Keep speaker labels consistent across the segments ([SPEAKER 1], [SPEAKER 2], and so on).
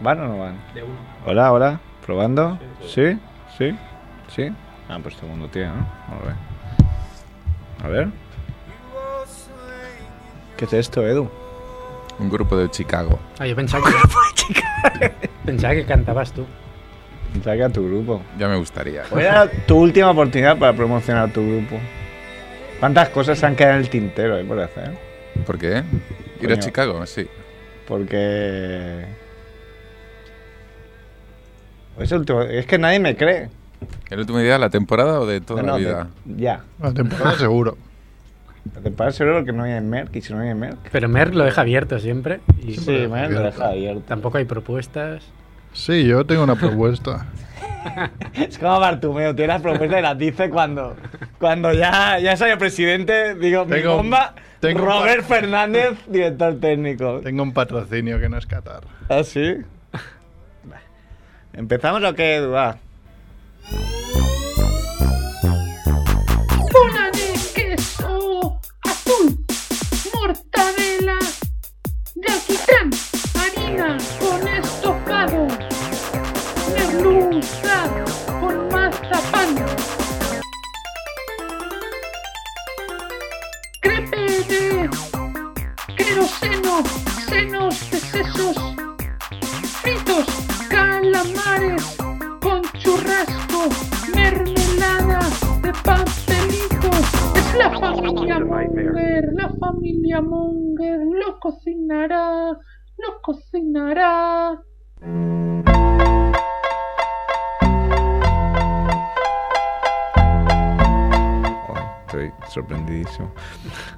[SPEAKER 1] ¿Van o no van?
[SPEAKER 2] De uno.
[SPEAKER 1] Hola, hola. ¿Probando? ¿Sí? ¿Sí? ¿Sí? Ah, pues todo el mundo tiene, ¿no? Vamos a ver. A ver. ¿Qué es esto, Edu?
[SPEAKER 3] Un grupo de Chicago.
[SPEAKER 2] Ah, yo pensaba que,
[SPEAKER 1] pues,
[SPEAKER 2] pensaba que cantabas tú.
[SPEAKER 1] Saca a tu grupo.
[SPEAKER 3] Ya me gustaría.
[SPEAKER 1] Hoy era tu última oportunidad para promocionar tu grupo. ¿Cuántas cosas se han quedado en el tintero eh, por hacer?
[SPEAKER 3] ¿Por qué? Ir
[SPEAKER 1] Coño.
[SPEAKER 3] a Chicago, sí.
[SPEAKER 1] Porque... Es, el último- es que nadie me cree.
[SPEAKER 3] ¿El último día de la temporada o de toda
[SPEAKER 1] No,
[SPEAKER 3] la
[SPEAKER 1] de-
[SPEAKER 3] vida?
[SPEAKER 1] ya.
[SPEAKER 4] La temporada seguro.
[SPEAKER 1] La temporada seguro que no hay en Merck y si no hay en Merck.
[SPEAKER 2] Pero Merck lo deja abierto siempre. Y
[SPEAKER 1] Sí, Merck lo
[SPEAKER 4] abierto.
[SPEAKER 1] deja abierto.
[SPEAKER 2] Tampoco hay propuestas.
[SPEAKER 4] Sí, yo tengo una propuesta.
[SPEAKER 1] Es como Bartumeo, tiene las propuestas y las dice cuando, cuando ya, ya soy el presidente. Digo, mi
[SPEAKER 4] Tengo-
[SPEAKER 1] bomba,
[SPEAKER 4] tengo-
[SPEAKER 1] Robert Fernández, director técnico.
[SPEAKER 4] Tengo un patrocinio que no es Qatar.
[SPEAKER 1] ¿Ah, sí? ¿Empezamos o qué, Edu? Va.
[SPEAKER 5] bola de queso azul, mortadela de alquitrán, harina con estocado, merluza con mazapán, crepe de queroseno, senos de sesos, fritos, calamares con churrasco, mermelada de pastelito. Es la familia Munger, la familia Munger lo cocinará, lo cocinará.
[SPEAKER 1] Estoy sorprendidísimo.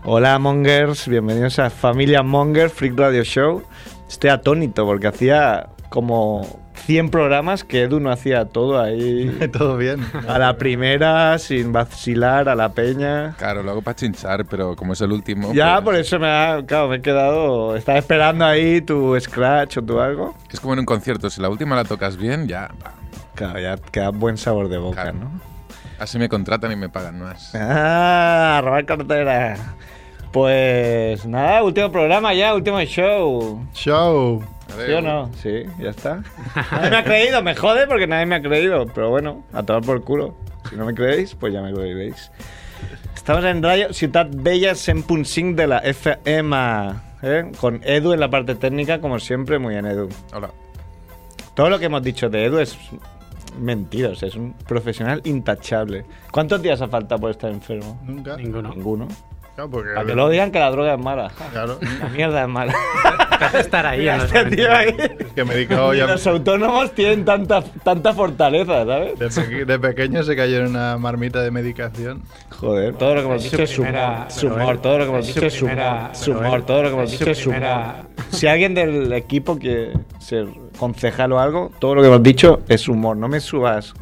[SPEAKER 1] Hola, Mongers. Bienvenidos a Familia Monger Freak Radio Show. Estoy atónito porque hacía como 100 programas que Edu no hacía todo ahí.
[SPEAKER 4] Todo bien.
[SPEAKER 1] A la primera, sin vacilar, a la peña.
[SPEAKER 3] Claro, lo hago para chinchar, pero como es el último.
[SPEAKER 1] Ya,
[SPEAKER 3] pues,
[SPEAKER 1] por eso me ha, claro, me he quedado. Estaba esperando ahí tu scratch o tu algo.
[SPEAKER 3] Es como en un concierto, si la última la tocas bien, ya. va.
[SPEAKER 1] Claro, ya queda buen sabor de boca,
[SPEAKER 3] Claro.
[SPEAKER 1] ¿no?
[SPEAKER 3] Así me contratan y me pagan más.
[SPEAKER 1] Ah, robar cartera. Pues nada, último programa ya, último show.
[SPEAKER 4] Show.
[SPEAKER 3] Adeu.
[SPEAKER 1] ¿Sí o no? Sí, ya está. Nadie me ha creído, me jode porque nadie me ha creído. Pero bueno, a tomar por culo. Si no me creéis, pues ya me creeréis. Estamos en Radio Ciudad Bella 100.5 de la FM. ¿eh? Con Edu en la parte técnica, como siempre, muy bien, Edu.
[SPEAKER 3] Hola.
[SPEAKER 1] Todo lo que hemos dicho de Edu es mentira, o sea, es un profesional intachable. ¿Cuántos días ha faltado por estar enfermo?
[SPEAKER 4] Nunca.
[SPEAKER 2] Ninguno.
[SPEAKER 1] Ninguno.
[SPEAKER 4] Claro, porque-
[SPEAKER 1] Para que luego digan que la droga es mala.
[SPEAKER 4] Claro.
[SPEAKER 1] La mierda es mala.
[SPEAKER 2] Te hace estar ahí.
[SPEAKER 1] Mira
[SPEAKER 2] en los
[SPEAKER 1] este tío ahí.
[SPEAKER 2] momentos.
[SPEAKER 4] Es que me dijo,
[SPEAKER 1] Ni
[SPEAKER 4] ya-
[SPEAKER 1] los autónomos tienen tanta, tanta fortaleza, ¿sabes?
[SPEAKER 4] de, peque- de pequeño se cayó en una marmita de medicación.
[SPEAKER 1] Joder, todo lo que hemos
[SPEAKER 2] es su
[SPEAKER 1] dicho es
[SPEAKER 2] primera-
[SPEAKER 1] humor. Es humor, todo lo que hemos
[SPEAKER 2] es su
[SPEAKER 1] dicho es humor.
[SPEAKER 2] primera-
[SPEAKER 1] Es humor, todo lo que hemos
[SPEAKER 2] es su
[SPEAKER 1] dicho es humor.
[SPEAKER 2] primera-
[SPEAKER 1] Si alguien del equipo que ser concejal o algo, todo lo que hemos dicho es humor. No me subas.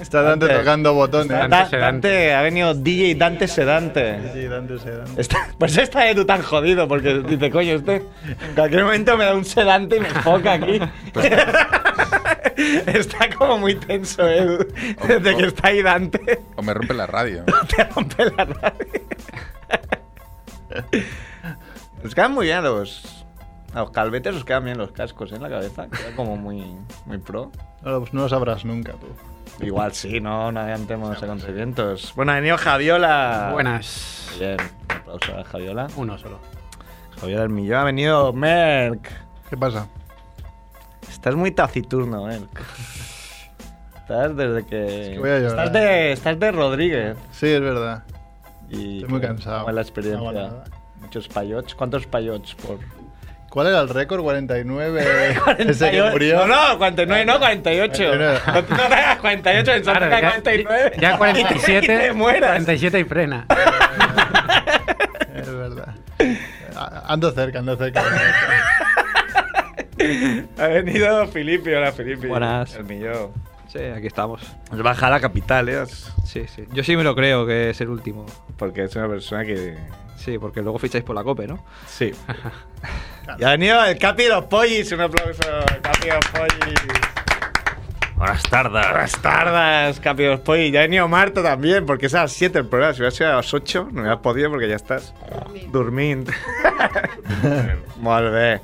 [SPEAKER 4] Está Dante
[SPEAKER 1] Dante.
[SPEAKER 4] tocando
[SPEAKER 1] Da-
[SPEAKER 4] botones.
[SPEAKER 1] Dante,
[SPEAKER 2] Sedante.
[SPEAKER 1] ha venido DJ Dante Sedante.
[SPEAKER 4] Sí, Dante se Dante.
[SPEAKER 1] Está- pues está Edu tan jodido porque dice, coño, este en cualquier momento me da un sedante y me enfoca aquí. está como muy tenso Edu desde que está ahí Dante.
[SPEAKER 3] O me rompe la radio.
[SPEAKER 1] Te rompe la radio. Os quedan muy bien los. A los calvetes os quedan bien los cascos ¿eh? en la cabeza. Queda como muy, muy pro.
[SPEAKER 4] No, pues no lo sabrás nunca tú.
[SPEAKER 1] Igual sí, no, no adelantemos a consentimientos. Bueno, ha venido Javiola.
[SPEAKER 2] Buenas.
[SPEAKER 1] Bien, un aplauso a Javiola.
[SPEAKER 2] Uno solo.
[SPEAKER 1] Javiola del Millón ha venido Merck.
[SPEAKER 4] ¿Qué pasa?
[SPEAKER 1] Estás muy taciturno, Merck. Estás desde que.
[SPEAKER 4] que voy a llorar.
[SPEAKER 1] estás, de, estás de Rodríguez.
[SPEAKER 4] Sí, es verdad.
[SPEAKER 1] Y
[SPEAKER 4] Estoy muy cansado.
[SPEAKER 1] ¿Cómo es la
[SPEAKER 4] No
[SPEAKER 1] experiencia?
[SPEAKER 4] aguanto nada.
[SPEAKER 1] Muchos payots. ¿Cuántos payots por.?
[SPEAKER 4] ¿Cuál era el récord? 49. Ese que murió.
[SPEAKER 1] No, no, 49, no, 48. No
[SPEAKER 4] 49.
[SPEAKER 1] te hagas 48, en
[SPEAKER 2] Claro,
[SPEAKER 1] Santa
[SPEAKER 2] ya-
[SPEAKER 1] 49.
[SPEAKER 2] Ya
[SPEAKER 1] Y te
[SPEAKER 2] 47.
[SPEAKER 1] mueras.
[SPEAKER 2] 47 y frena.
[SPEAKER 4] Es verdad. A- Ando cerca, ando cerca.
[SPEAKER 1] Ha venido Filipe, hola Filipe.
[SPEAKER 6] Buenas.
[SPEAKER 1] El millón.
[SPEAKER 6] Sí, aquí estamos.
[SPEAKER 1] Baja a la capital, ¿eh?
[SPEAKER 6] Sí, sí. Yo sí me lo creo que es el último.
[SPEAKER 1] Porque es una persona que.
[SPEAKER 6] Sí, porque luego ficháis por la COPE, ¿no?
[SPEAKER 1] Sí. y ha venido el Capi de los Pollis. Un aplauso, Capi de los Pollis.
[SPEAKER 7] Buenas tardes.
[SPEAKER 1] Buenas tardes, Capi de los Pollis. Ya ha venido Marta también, porque es a las 7 el programa. Si hubiera sido a las 8, no hubieras podido porque ya estás durmiendo. Molt bé.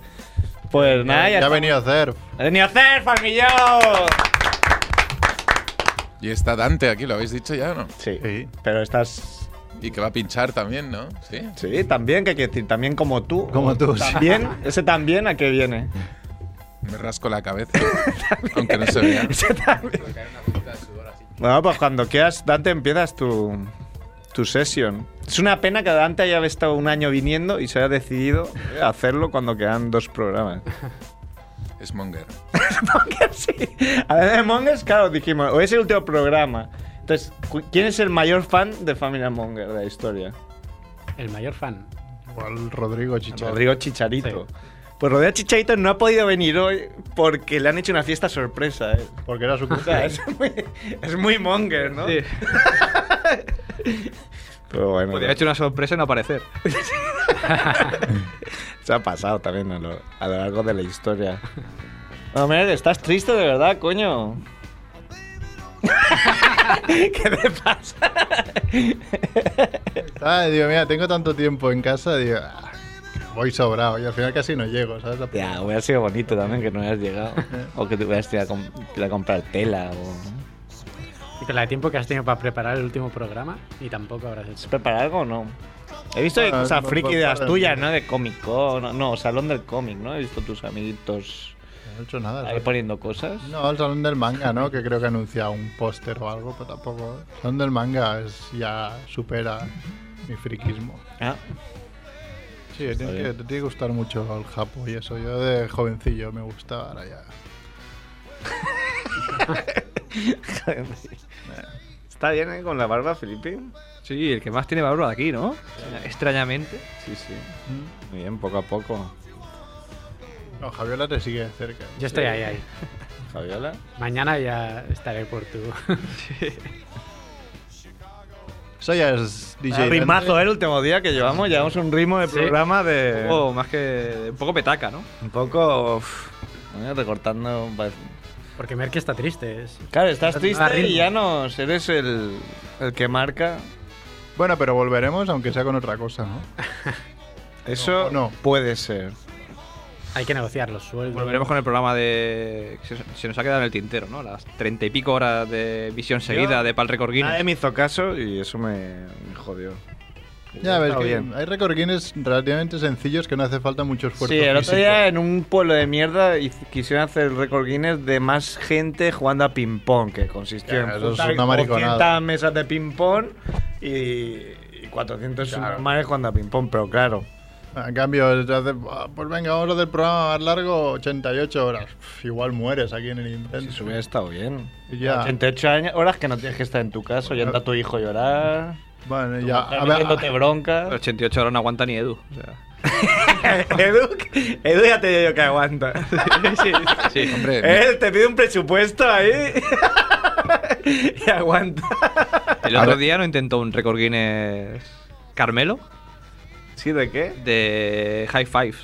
[SPEAKER 1] Pues nada, ya,
[SPEAKER 4] Ya ha
[SPEAKER 1] está.
[SPEAKER 4] venido a hacer.
[SPEAKER 1] ¡Ha venido a hacer, Farmillón!
[SPEAKER 3] Y está Dante aquí, lo habéis dicho ya, o ¿no?
[SPEAKER 1] Sí,
[SPEAKER 4] Sí.
[SPEAKER 1] pero estás...
[SPEAKER 3] Y que va a pinchar también, ¿no? Sí.
[SPEAKER 1] Sí, también, que hay que decir, también como tú.
[SPEAKER 4] Como tú, sí.
[SPEAKER 1] También, ese también a qué viene.
[SPEAKER 3] Me rasco la cabeza, aunque no se vea.
[SPEAKER 1] Bueno, pues cuando quieras, Dante, empiezas tu, tu sesión. Es una pena que Dante haya estado un año viniendo y se haya decidido hacerlo cuando quedan dos programas.
[SPEAKER 3] Es Monger.
[SPEAKER 1] sí. A ver, de Mongers, claro, dijimos, hoy es el último programa. Entonces, cu- ¿quién es el mayor fan de Familia Monger de la historia?
[SPEAKER 2] El mayor fan.
[SPEAKER 4] Igual Rodrigo Chichar.
[SPEAKER 1] Rodrigo Chicharito.
[SPEAKER 2] Sí.
[SPEAKER 1] Pues Rodrigo Chicharito no ha podido venir hoy porque le han hecho una fiesta sorpresa. ¿eh?
[SPEAKER 4] Porque era su
[SPEAKER 1] O sea,
[SPEAKER 4] cumpleaños.
[SPEAKER 1] es muy, es muy monger, ¿no?
[SPEAKER 6] Sí.
[SPEAKER 1] Pero bueno,
[SPEAKER 6] Podría haber hecho una sorpresa y no aparecer.
[SPEAKER 1] se ha pasado también a lo, a lo largo de la historia. Hombre, estás triste de verdad, coño. ¿Qué te pasa?
[SPEAKER 4] Ah, digo, mira, tengo tanto tiempo en casa, digo, ah, voy sobrado. Y al final casi no llego, ¿sabes? La-
[SPEAKER 1] Ya, hubiera sido bonito también que no hubieras llegado. O que te hubieras ido a, com- ido a comprar tela. O...
[SPEAKER 2] Y con la de tiempo que has tenido para preparar el último programa y tampoco habrás hecho.
[SPEAKER 1] ¿Se prepara algo o no? He visto
[SPEAKER 4] Ah,
[SPEAKER 1] cosas
[SPEAKER 4] no,
[SPEAKER 1] friki
[SPEAKER 4] no,
[SPEAKER 1] de las
[SPEAKER 4] no,
[SPEAKER 1] tuyas,
[SPEAKER 4] no.
[SPEAKER 1] ¿no? De Comic Con. No, no, Salón del Cómic, ¿no? He visto tus amiguitos
[SPEAKER 4] No he hecho nada.
[SPEAKER 1] ahí
[SPEAKER 4] ¿sabes?
[SPEAKER 1] poniendo cosas.
[SPEAKER 4] No, el salón del manga, ¿no? Que creo que ha anunciado un póster o algo, pero tampoco. El salón del manga es, ya supera mi friquismo.
[SPEAKER 1] Ah,
[SPEAKER 4] Sí, te tiene,
[SPEAKER 1] bien.
[SPEAKER 4] que, te tiene que gustar mucho el japo y eso. Yo de jovencillo me gustaba, ahora ya.
[SPEAKER 1] Está bien, ¿eh? Con la barba, Felipe.
[SPEAKER 6] Sí, el que más tiene valor de aquí, ¿no? Extrañamente.
[SPEAKER 1] Sí, sí. Muy bien, poco a poco.
[SPEAKER 4] No, Javiola te sigue de cerca.
[SPEAKER 2] Yo estoy ahí, ahí.
[SPEAKER 1] Javiola.
[SPEAKER 2] Mañana ya estaré por tu.
[SPEAKER 4] Eso ya es DJ.
[SPEAKER 1] Rimazo, ¿eh?
[SPEAKER 4] Dante.
[SPEAKER 1] El último día que llevamos, llevamos un ritmo de
[SPEAKER 2] Sí.
[SPEAKER 1] programa de.
[SPEAKER 6] Un poco más que. Un poco petaca, ¿no?
[SPEAKER 1] Un poco. uf, eh, recortando. pa-
[SPEAKER 2] Porque Merck está triste. es-
[SPEAKER 1] Claro, estás
[SPEAKER 2] No
[SPEAKER 1] triste
[SPEAKER 2] ritmo.
[SPEAKER 1] y ya no. Eres el, el que marca.
[SPEAKER 4] Bueno, pero volveremos, aunque sea con otra cosa, ¿no?
[SPEAKER 1] Eso
[SPEAKER 4] No, no.
[SPEAKER 1] puede ser.
[SPEAKER 2] Hay que negociar los sueldos.
[SPEAKER 6] Volveremos con el programa de. que se- Se nos ha quedado en el tintero, ¿no? Las treinta y pico horas de visión seguida de Pal Record Guinness.
[SPEAKER 1] Nadie me hizo caso y eso me, me jodió.
[SPEAKER 4] Ya ves,
[SPEAKER 1] Está
[SPEAKER 4] que
[SPEAKER 1] bien.
[SPEAKER 4] hay récord Guinness relativamente sencillos que no hace falta mucho esfuerzo.
[SPEAKER 1] Sí, el otro
[SPEAKER 4] físico.
[SPEAKER 1] día en un pueblo de mierda y quisieron hacer el récord Guinness de más gente jugando a ping-pong, que consistió en
[SPEAKER 4] Claro, eso es
[SPEAKER 1] juntar
[SPEAKER 4] una mariconada.
[SPEAKER 1] 400 mesas de ping-pong y, y 400 normales jugando a ping-pong, pero claro.
[SPEAKER 4] En cambio, se hace, "Ah, pues venga, vamos a hacer el programa más largo, 88 horas. Uf, igual mueres aquí en el
[SPEAKER 1] Si
[SPEAKER 4] intento.
[SPEAKER 1] eso hubiera estado bien.
[SPEAKER 4] Ya.
[SPEAKER 1] 88 años, horas que no tienes que estar en tu casa, oyendo a tu hijo llorar,
[SPEAKER 4] Bueno,
[SPEAKER 1] tu
[SPEAKER 4] ya.
[SPEAKER 1] mujer
[SPEAKER 4] A ver, ah,
[SPEAKER 1] metiéndote
[SPEAKER 6] Pero
[SPEAKER 1] broncas.
[SPEAKER 6] 88 horas no aguanta ni Edu. o sea.
[SPEAKER 1] Edu, Edu ya te digo yo que aguanta.
[SPEAKER 6] Sí, hombre.
[SPEAKER 3] Hombre,
[SPEAKER 1] Él te pide un presupuesto ahí y aguanta.
[SPEAKER 6] El
[SPEAKER 3] A
[SPEAKER 6] otro
[SPEAKER 3] ver.
[SPEAKER 6] día no intentó un récord Guinness Carmelo
[SPEAKER 1] ¿Sí de qué?
[SPEAKER 6] de High Fives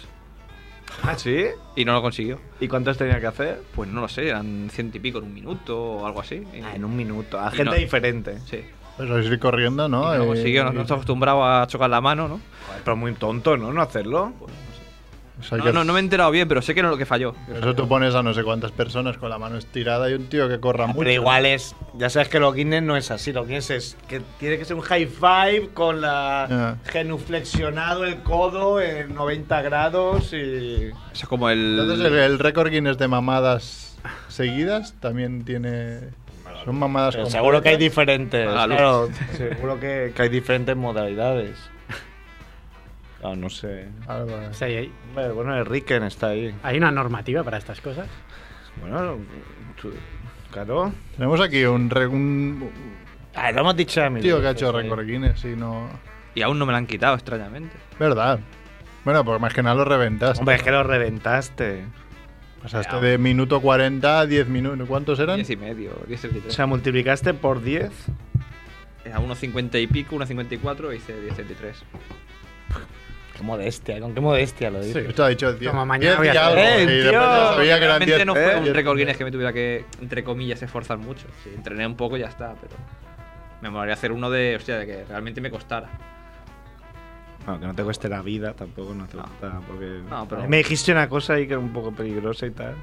[SPEAKER 1] ¿Ah, sí?
[SPEAKER 6] y no lo consiguió.
[SPEAKER 1] ¿Y cuántos tenía que hacer?
[SPEAKER 6] Pues no lo sé, eran ciento y pico en un minuto o algo así. Y-
[SPEAKER 1] Ah, en un minuto. A
[SPEAKER 6] Y
[SPEAKER 1] gente
[SPEAKER 6] no-
[SPEAKER 1] diferente.
[SPEAKER 6] Sí.
[SPEAKER 4] pues vais a ir corriendo,
[SPEAKER 6] Y
[SPEAKER 4] ¿no?
[SPEAKER 6] no lo
[SPEAKER 4] Eh,
[SPEAKER 6] consiguió, no, no está acostumbrado a chocar la mano, ¿no?
[SPEAKER 1] Pero muy tonto, ¿no? No hacerlo.
[SPEAKER 4] o sea,
[SPEAKER 6] No,
[SPEAKER 4] pues que-
[SPEAKER 6] no, no me he enterado bien, pero sé que no lo que falló.
[SPEAKER 4] Eso tú pones a no sé cuántas personas con la mano estirada y un tío que corra mucho.
[SPEAKER 1] Ah, Pero igual es. Ya sabes que los Guinness no es así. Los Guinness es que tiene que ser un high five con la
[SPEAKER 4] Ah.
[SPEAKER 1] genuflexionado el codo en 90 grados y.
[SPEAKER 6] Eso es como el.
[SPEAKER 4] Entonces eh, el, el récord Guinness de mamadas seguidas también tiene... Son mamadas
[SPEAKER 1] Pero
[SPEAKER 4] completas.
[SPEAKER 1] seguro que hay diferentes.
[SPEAKER 6] Ah, lo-
[SPEAKER 1] Claro, seguro que, que hay diferentes modalidades. Ah, no sé.
[SPEAKER 4] Algo, eh.
[SPEAKER 2] O sea, hay,
[SPEAKER 1] Hombre, Bueno, el Riken está ahí.
[SPEAKER 2] hay una normativa para estas cosas.
[SPEAKER 1] Bueno, tú- claro.
[SPEAKER 4] Tenemos aquí un, re- un
[SPEAKER 1] Ah, lo hemos dicho a mi
[SPEAKER 4] tío que ha hecho récord Guinness y no...
[SPEAKER 6] Y aún no me lo han quitado, extrañamente.
[SPEAKER 4] ¿Eh? Verdad. Bueno, pues más que nada lo reventaste.
[SPEAKER 1] Hombre, es que lo reventaste.
[SPEAKER 4] Pasaste de minuto 40 a 10 minutos. ¿Cuántos eran?
[SPEAKER 6] Diez y medio, diez
[SPEAKER 1] O sea, multiplicaste por 10.
[SPEAKER 6] A unos 50 y pico, unos 54 hice 10.33.
[SPEAKER 1] Qué modestia, con qué modestia lo dices.
[SPEAKER 4] Esto ha dicho 10.
[SPEAKER 2] Como mañana voy a
[SPEAKER 4] y algo,
[SPEAKER 1] hacer. ¡Eh,
[SPEAKER 4] y después ya
[SPEAKER 1] tío!
[SPEAKER 4] sabía que eran 10.
[SPEAKER 6] Realmente no fue
[SPEAKER 4] Eh,
[SPEAKER 6] un
[SPEAKER 4] diez-
[SPEAKER 6] récord Guinness que me tuviera que, entre comillas, esforzar mucho. Sí, entrené un poco y ya está, pero. Me molaría hacer uno de. Hostia, de que realmente me costara.
[SPEAKER 1] Bueno, que no te cueste la vida tampoco, no hace falta, porque...
[SPEAKER 6] No, pero-
[SPEAKER 1] Me dijiste una cosa ahí que era un poco peligrosa y tal.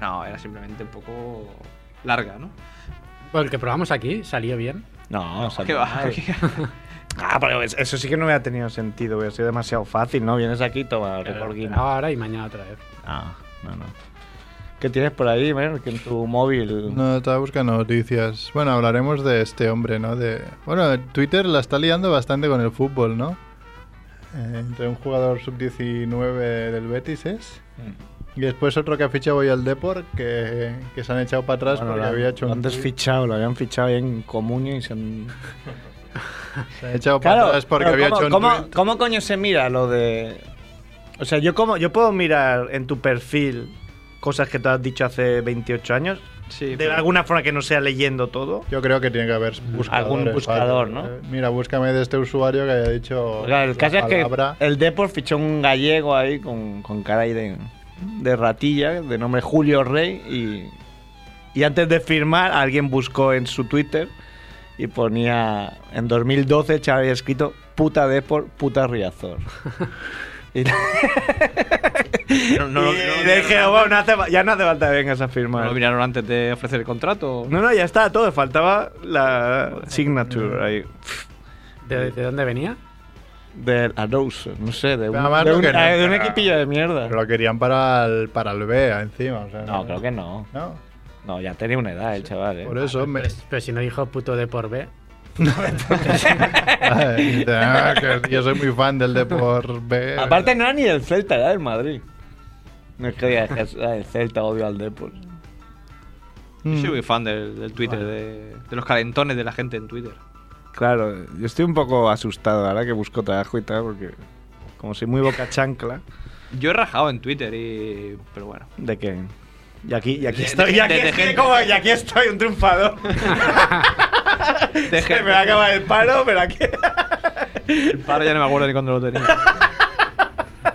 [SPEAKER 6] No, era simplemente un poco larga, ¿no?
[SPEAKER 2] Pues el que probamos aquí salió bien.
[SPEAKER 1] No, o sea,
[SPEAKER 6] ¿Qué va?
[SPEAKER 1] Ah, pero es- eso sí que no hubiera tenido sentido, hubiera sido demasiado fácil, ¿no? Vienes aquí, toma,
[SPEAKER 2] Pero
[SPEAKER 1] record Guinness.
[SPEAKER 2] grababa ahora y mañana otra vez.
[SPEAKER 1] Ah, no, no. ¿Qué tienes por ahí, Mer? Que en tu móvil...
[SPEAKER 4] No, estaba buscando noticias. Bueno, hablaremos de este hombre, ¿no? De... Bueno, Twitter la está liando bastante con el fútbol, ¿no? Eh, entre un jugador sub-19 del Betis es. Y después otro que ha fichado hoy al Depor, que, que se han echado para atrás
[SPEAKER 1] Bueno,
[SPEAKER 4] porque
[SPEAKER 1] lo-
[SPEAKER 4] había hecho
[SPEAKER 1] lo
[SPEAKER 4] un
[SPEAKER 1] han
[SPEAKER 4] tuit.
[SPEAKER 1] desfichado, lo habían fichado ahí en Comunio y se han...
[SPEAKER 4] Se han echado para atrás porque
[SPEAKER 1] claro,
[SPEAKER 4] había
[SPEAKER 1] ¿cómo,
[SPEAKER 4] hecho un
[SPEAKER 1] cómo-
[SPEAKER 4] tuit.
[SPEAKER 1] cómo coño se mira lo de...? O sea, yo, como, yo puedo mirar en tu perfil cosas que te has dicho hace 28 años,
[SPEAKER 6] Sí,
[SPEAKER 1] de
[SPEAKER 6] pero-
[SPEAKER 1] alguna forma que no sea leyendo todo.
[SPEAKER 4] Yo creo que tiene que haber buscadores,
[SPEAKER 1] Algún buscador, ¿no?
[SPEAKER 4] Eh, Mira, búscame de este usuario que haya dicho
[SPEAKER 1] Claro, el
[SPEAKER 4] la
[SPEAKER 1] caso es que
[SPEAKER 4] palabra.
[SPEAKER 1] el Depor fichó un gallego ahí con, con cara ahí de, de ratilla, de nombre Julio Rey, y, y antes de firmar alguien buscó en su Twitter y ponía, en 2012 Chávez había escrito, puta Depor, puta Riazor. y
[SPEAKER 6] No, no, no,
[SPEAKER 1] y
[SPEAKER 6] no,
[SPEAKER 1] le dije,
[SPEAKER 6] no,
[SPEAKER 1] "Bueno, no hace fa- ya no hace falta que vengas a
[SPEAKER 6] no
[SPEAKER 1] firmar.
[SPEAKER 6] lo miraron antes de ofrecer el contrato.
[SPEAKER 1] No, no, ya está todo, faltaba la signature ahí.
[SPEAKER 2] ¿De, de dónde venía?
[SPEAKER 1] Del Arose, no sé, de un,
[SPEAKER 4] Pero además
[SPEAKER 1] de
[SPEAKER 4] lo
[SPEAKER 1] un- eh,
[SPEAKER 4] que no-
[SPEAKER 1] de un equipillo de mierda.
[SPEAKER 4] Pero lo querían para el, para el B encima. o sea,
[SPEAKER 1] No, creo que no.
[SPEAKER 4] ¿No?
[SPEAKER 1] No, ya tenía una edad el chaval, ¿eh?
[SPEAKER 4] Por eso me...
[SPEAKER 2] Pero, pero si no dijo puto de por B.
[SPEAKER 4] Ay, dice, "Ah, que yo soy muy fan del Depor B.
[SPEAKER 1] Aparte no era ni del Celta, era del Madrid. No es que diga que era del Celta, odio al Depor.
[SPEAKER 4] Mm.
[SPEAKER 6] Yo soy muy fan del, del Twitter, de, de los calentones de la gente en Twitter.
[SPEAKER 1] Claro, eh, yo estoy un poco asustado ahora que busco trabajo y tal, porque como soy muy boca chancla,
[SPEAKER 6] Yo he rajado en Twitter y. Pero bueno.
[SPEAKER 1] de que... Y aquí, y aquí
[SPEAKER 6] De-
[SPEAKER 1] estoy,
[SPEAKER 6] de-
[SPEAKER 1] y aquí,
[SPEAKER 6] de- de
[SPEAKER 1] estoy
[SPEAKER 6] gente.
[SPEAKER 1] como- y aquí estoy, un triunfador.
[SPEAKER 6] De
[SPEAKER 1] Se
[SPEAKER 6] gente-
[SPEAKER 1] me va a acabar el paro, pero aquí...
[SPEAKER 6] El paro ya no me acuerdo ni cuándo lo tenía.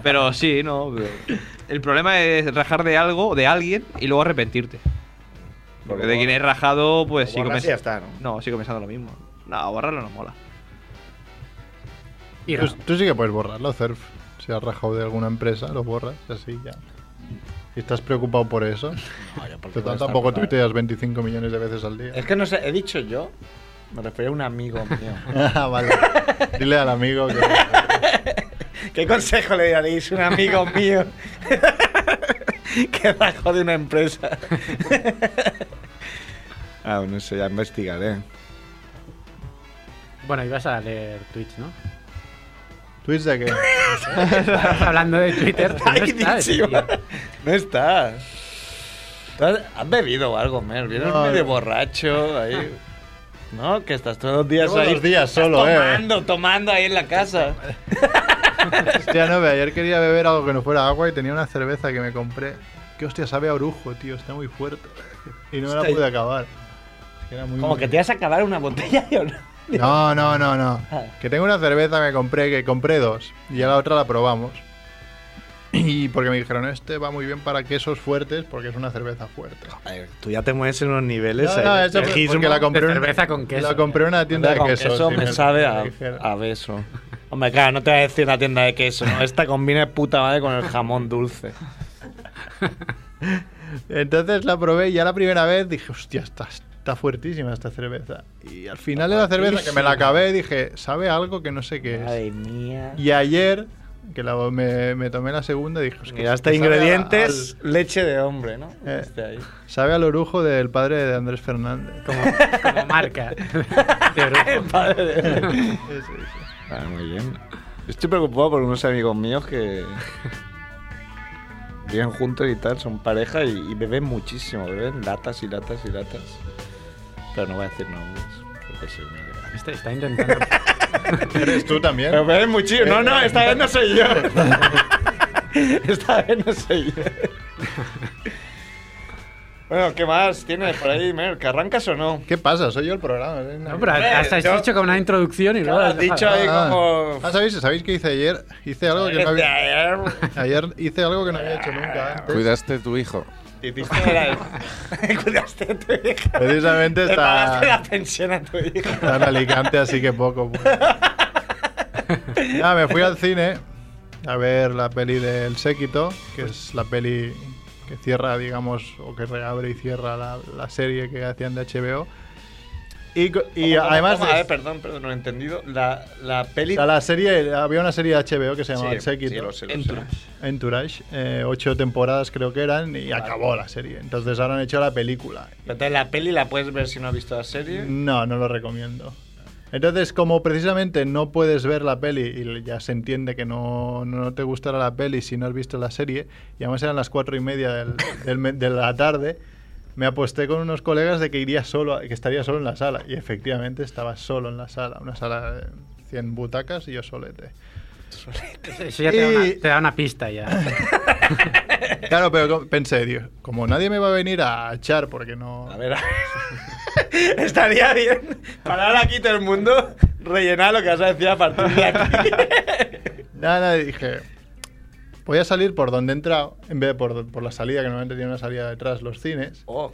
[SPEAKER 6] Pero sí, no. pero- El problema es rajar de algo, de alguien, y luego arrepentirte. Porque de quien he rajado, pues sigo
[SPEAKER 1] Borras y ya
[SPEAKER 6] pensando.
[SPEAKER 1] está, ¿no?
[SPEAKER 6] sigo pensando lo mismo. No, borrarlo no mola.
[SPEAKER 2] Y
[SPEAKER 4] Tú, tú sí que puedes borrarlo, Cerf. Si has rajado de alguna empresa, lo borras así ya. Si estás preocupado por eso, pero tampoco tuiteas 25 millones de veces al día.
[SPEAKER 1] Es que no sé, he dicho yo, me refería a un amigo mío.
[SPEAKER 4] Ah, vale. Dile al amigo que...
[SPEAKER 1] ¿Qué consejo le daréis a un amigo mío que bajó de una empresa? Aún Ah, no sé, ya investigaré.
[SPEAKER 2] Bueno, ibas a leer Twitch, ¿no?
[SPEAKER 4] ¿Tweets de qué?
[SPEAKER 2] Hablando de Twitter.
[SPEAKER 1] Pues Está
[SPEAKER 2] no estás,
[SPEAKER 1] ahí,
[SPEAKER 2] tío.
[SPEAKER 1] tío. No estás. ¿Tú has- ¿Has bebido algo, Mer? Vienes
[SPEAKER 4] No,
[SPEAKER 1] medio
[SPEAKER 4] no.
[SPEAKER 1] borracho ahí. ¿No? Que estás todos los días
[SPEAKER 4] Llevo
[SPEAKER 1] ahí.
[SPEAKER 4] dos días
[SPEAKER 1] Estás
[SPEAKER 4] solo, eh.
[SPEAKER 1] Tomando, tomando ahí en la casa.
[SPEAKER 4] Hostia, no, ve, ayer quería beber algo que no fuera agua y tenía una cerveza que me compré. Que hostia, sabe a orujo, tío, está muy fuerte. Y no me la
[SPEAKER 1] Hostia.
[SPEAKER 4] pude acabar. Es que era muy
[SPEAKER 1] Como que te vas a acabar una botella de oro.
[SPEAKER 4] No, no, no, no.
[SPEAKER 1] Ah.
[SPEAKER 4] Que tengo una cerveza que compré, que compré dos. Y a la otra la probamos. Y porque me dijeron, este va muy bien para quesos fuertes porque es una cerveza fuerte.
[SPEAKER 1] Tú ya te mueves en unos niveles.
[SPEAKER 4] No, no, eso fue porque la compré.
[SPEAKER 2] de
[SPEAKER 4] en-
[SPEAKER 2] cerveza con queso.
[SPEAKER 4] La compré en una tienda de
[SPEAKER 1] Con
[SPEAKER 4] quesos.
[SPEAKER 1] queso
[SPEAKER 4] y
[SPEAKER 1] me sabe a,
[SPEAKER 4] dijeron-
[SPEAKER 1] a beso. Hombre, claro, no te voy a decir una tienda de queso, ¿no? Esta combina de puta madre con el jamón dulce.
[SPEAKER 4] Entonces la probé y ya la primera vez dije, hostia, está, está fuertísima esta cerveza. Y al final de la cerveza que me la acabé dije, sabe a algo que no sé qué es.
[SPEAKER 1] Madre mía.
[SPEAKER 4] Y ayer, que la, me, me tomé la segunda, dije, es que
[SPEAKER 1] Mira, hasta
[SPEAKER 4] sabe a-
[SPEAKER 1] ingredientes, leche de hombre, ¿no?
[SPEAKER 4] Eh.
[SPEAKER 1] Este ahí.
[SPEAKER 4] al- sabe al orujo del padre de Andrés Fernández.
[SPEAKER 2] Como, como marca. De
[SPEAKER 1] El
[SPEAKER 2] grupo.
[SPEAKER 1] padre de- Ah, muy bien. Estoy preocupado por unos amigos míos que viven juntos y tal, son pareja y, y beben muchísimo, beben latas y latas y latas. Pero no voy a decir nombres, porque soy muy grande.
[SPEAKER 2] Este está intentando.
[SPEAKER 4] ¿Eres tú también?
[SPEAKER 1] Pero beben muchísimo. No, no, esta vez no soy yo. esta vez no soy yo. Bueno, ¿qué más tienes por ahí, Mer? ¿Que arrancas o no?
[SPEAKER 4] ¿Qué pasa? Soy yo el programa. ¿eh?
[SPEAKER 2] No, pero hasta has
[SPEAKER 1] yo-
[SPEAKER 2] dicho con una introducción y luego.
[SPEAKER 1] Claro,
[SPEAKER 2] has
[SPEAKER 1] has
[SPEAKER 2] dejado.
[SPEAKER 1] dicho ahí
[SPEAKER 4] Ah.
[SPEAKER 1] como...
[SPEAKER 4] Ah, ¿sabéis, ¿Sabéis qué hice ayer? Hice algo
[SPEAKER 1] Este,
[SPEAKER 4] que no había... Ayer hice algo que no había hecho nunca antes.
[SPEAKER 3] Cuidaste tu hijo.
[SPEAKER 1] Te hiciste la... Cuidaste a tu hija.
[SPEAKER 4] Precisamente
[SPEAKER 1] Le pagaste
[SPEAKER 4] está...
[SPEAKER 1] la pensión a tu hija.
[SPEAKER 4] Está en Alicante, así que poco. pues. Ya, me fui al cine a ver la peli del Séquito, que es la peli que cierra, digamos, o que reabre y cierra la, la serie que hacían de HBO. Y, co- y
[SPEAKER 1] ¿Cómo, cómo,
[SPEAKER 4] además.
[SPEAKER 1] cómo? A
[SPEAKER 4] de-
[SPEAKER 1] ver, perdón, perdón, no lo he entendido. La, la
[SPEAKER 4] o
[SPEAKER 1] peli.
[SPEAKER 4] sea, la serie, había una serie de HBO que se
[SPEAKER 1] Sí,
[SPEAKER 4] llamaba El
[SPEAKER 1] sí,
[SPEAKER 4] Séquito.
[SPEAKER 1] lo sé, Pues lo sé.
[SPEAKER 6] Entourage.
[SPEAKER 4] Entourage, eh, ocho temporadas creo que eran, y
[SPEAKER 1] Vale.
[SPEAKER 4] acabó la serie. Entonces ahora han hecho la película.
[SPEAKER 1] Entonces, la peli la puedes ver si no has visto la serie.
[SPEAKER 4] No, no lo recomiendo. Entonces, como precisamente no puedes ver la peli y ya se entiende que no, no te gustará la peli si no has visto la serie, y además eran las cuatro y media del- del me- de la tarde, me aposté con unos colegas de que iría solo, que estaría solo en la sala. Y efectivamente estaba solo en la sala, una sala de 100 butacas y yo solete.
[SPEAKER 2] Eso ya te, da una,
[SPEAKER 4] Y-
[SPEAKER 2] te da una pista ya.
[SPEAKER 4] Claro, pero co- pensé, Dios, como nadie me va a venir a echar porque no...
[SPEAKER 1] A ver, a ver. Estaría bien parar aquí todo el mundo, rellenar lo que vas a decir a partir de aquí.
[SPEAKER 4] Nada, nada, dije. Voy a salir por donde he entrado, en vez de por, por la salida, que normalmente tiene una salida detrás los cines.
[SPEAKER 1] Oh.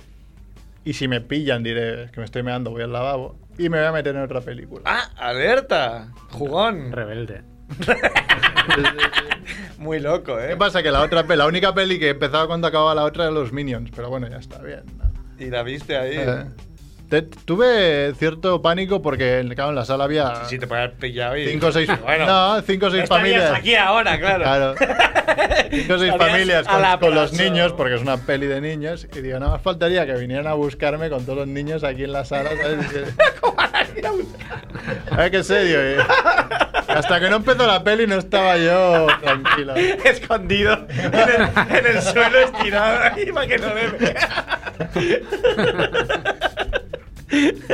[SPEAKER 4] Y si me pillan, diré "Es que me estoy meando, voy al lavabo. Y me voy a meter en otra película.
[SPEAKER 1] Ah, alerta. Jugón.
[SPEAKER 2] Rebelde.
[SPEAKER 1] Muy loco, ¿eh?
[SPEAKER 4] ¿Qué pasa? Que la otra pe- la única peli que empezaba cuando acababa la otra era los Minions. Pero bueno, ya está bien. ¿no?
[SPEAKER 1] Y la viste ahí.
[SPEAKER 4] Eh, te- tuve cierto pánico porque, claro, en la sala había
[SPEAKER 1] Sí, te puedes haber pillado y...
[SPEAKER 4] cinco o seis,
[SPEAKER 1] Bueno,
[SPEAKER 4] no, cinco o seis
[SPEAKER 1] estarías
[SPEAKER 4] familias.
[SPEAKER 1] aquí ahora, claro.
[SPEAKER 4] Claro. Cinco o seis
[SPEAKER 1] Estarías
[SPEAKER 4] familias
[SPEAKER 1] a la
[SPEAKER 4] con, con los
[SPEAKER 1] plaza.
[SPEAKER 4] niños, porque es una peli de niños. Y digo, nada más faltaría que vinieran a buscarme con todos los niños aquí en la sala. ¿sabes? Y que- a ver qué serio. eh. Hasta que no empezó la peli no estaba yo tranquilo.
[SPEAKER 1] Escondido en el, en el suelo estirado ahí para que no le vea.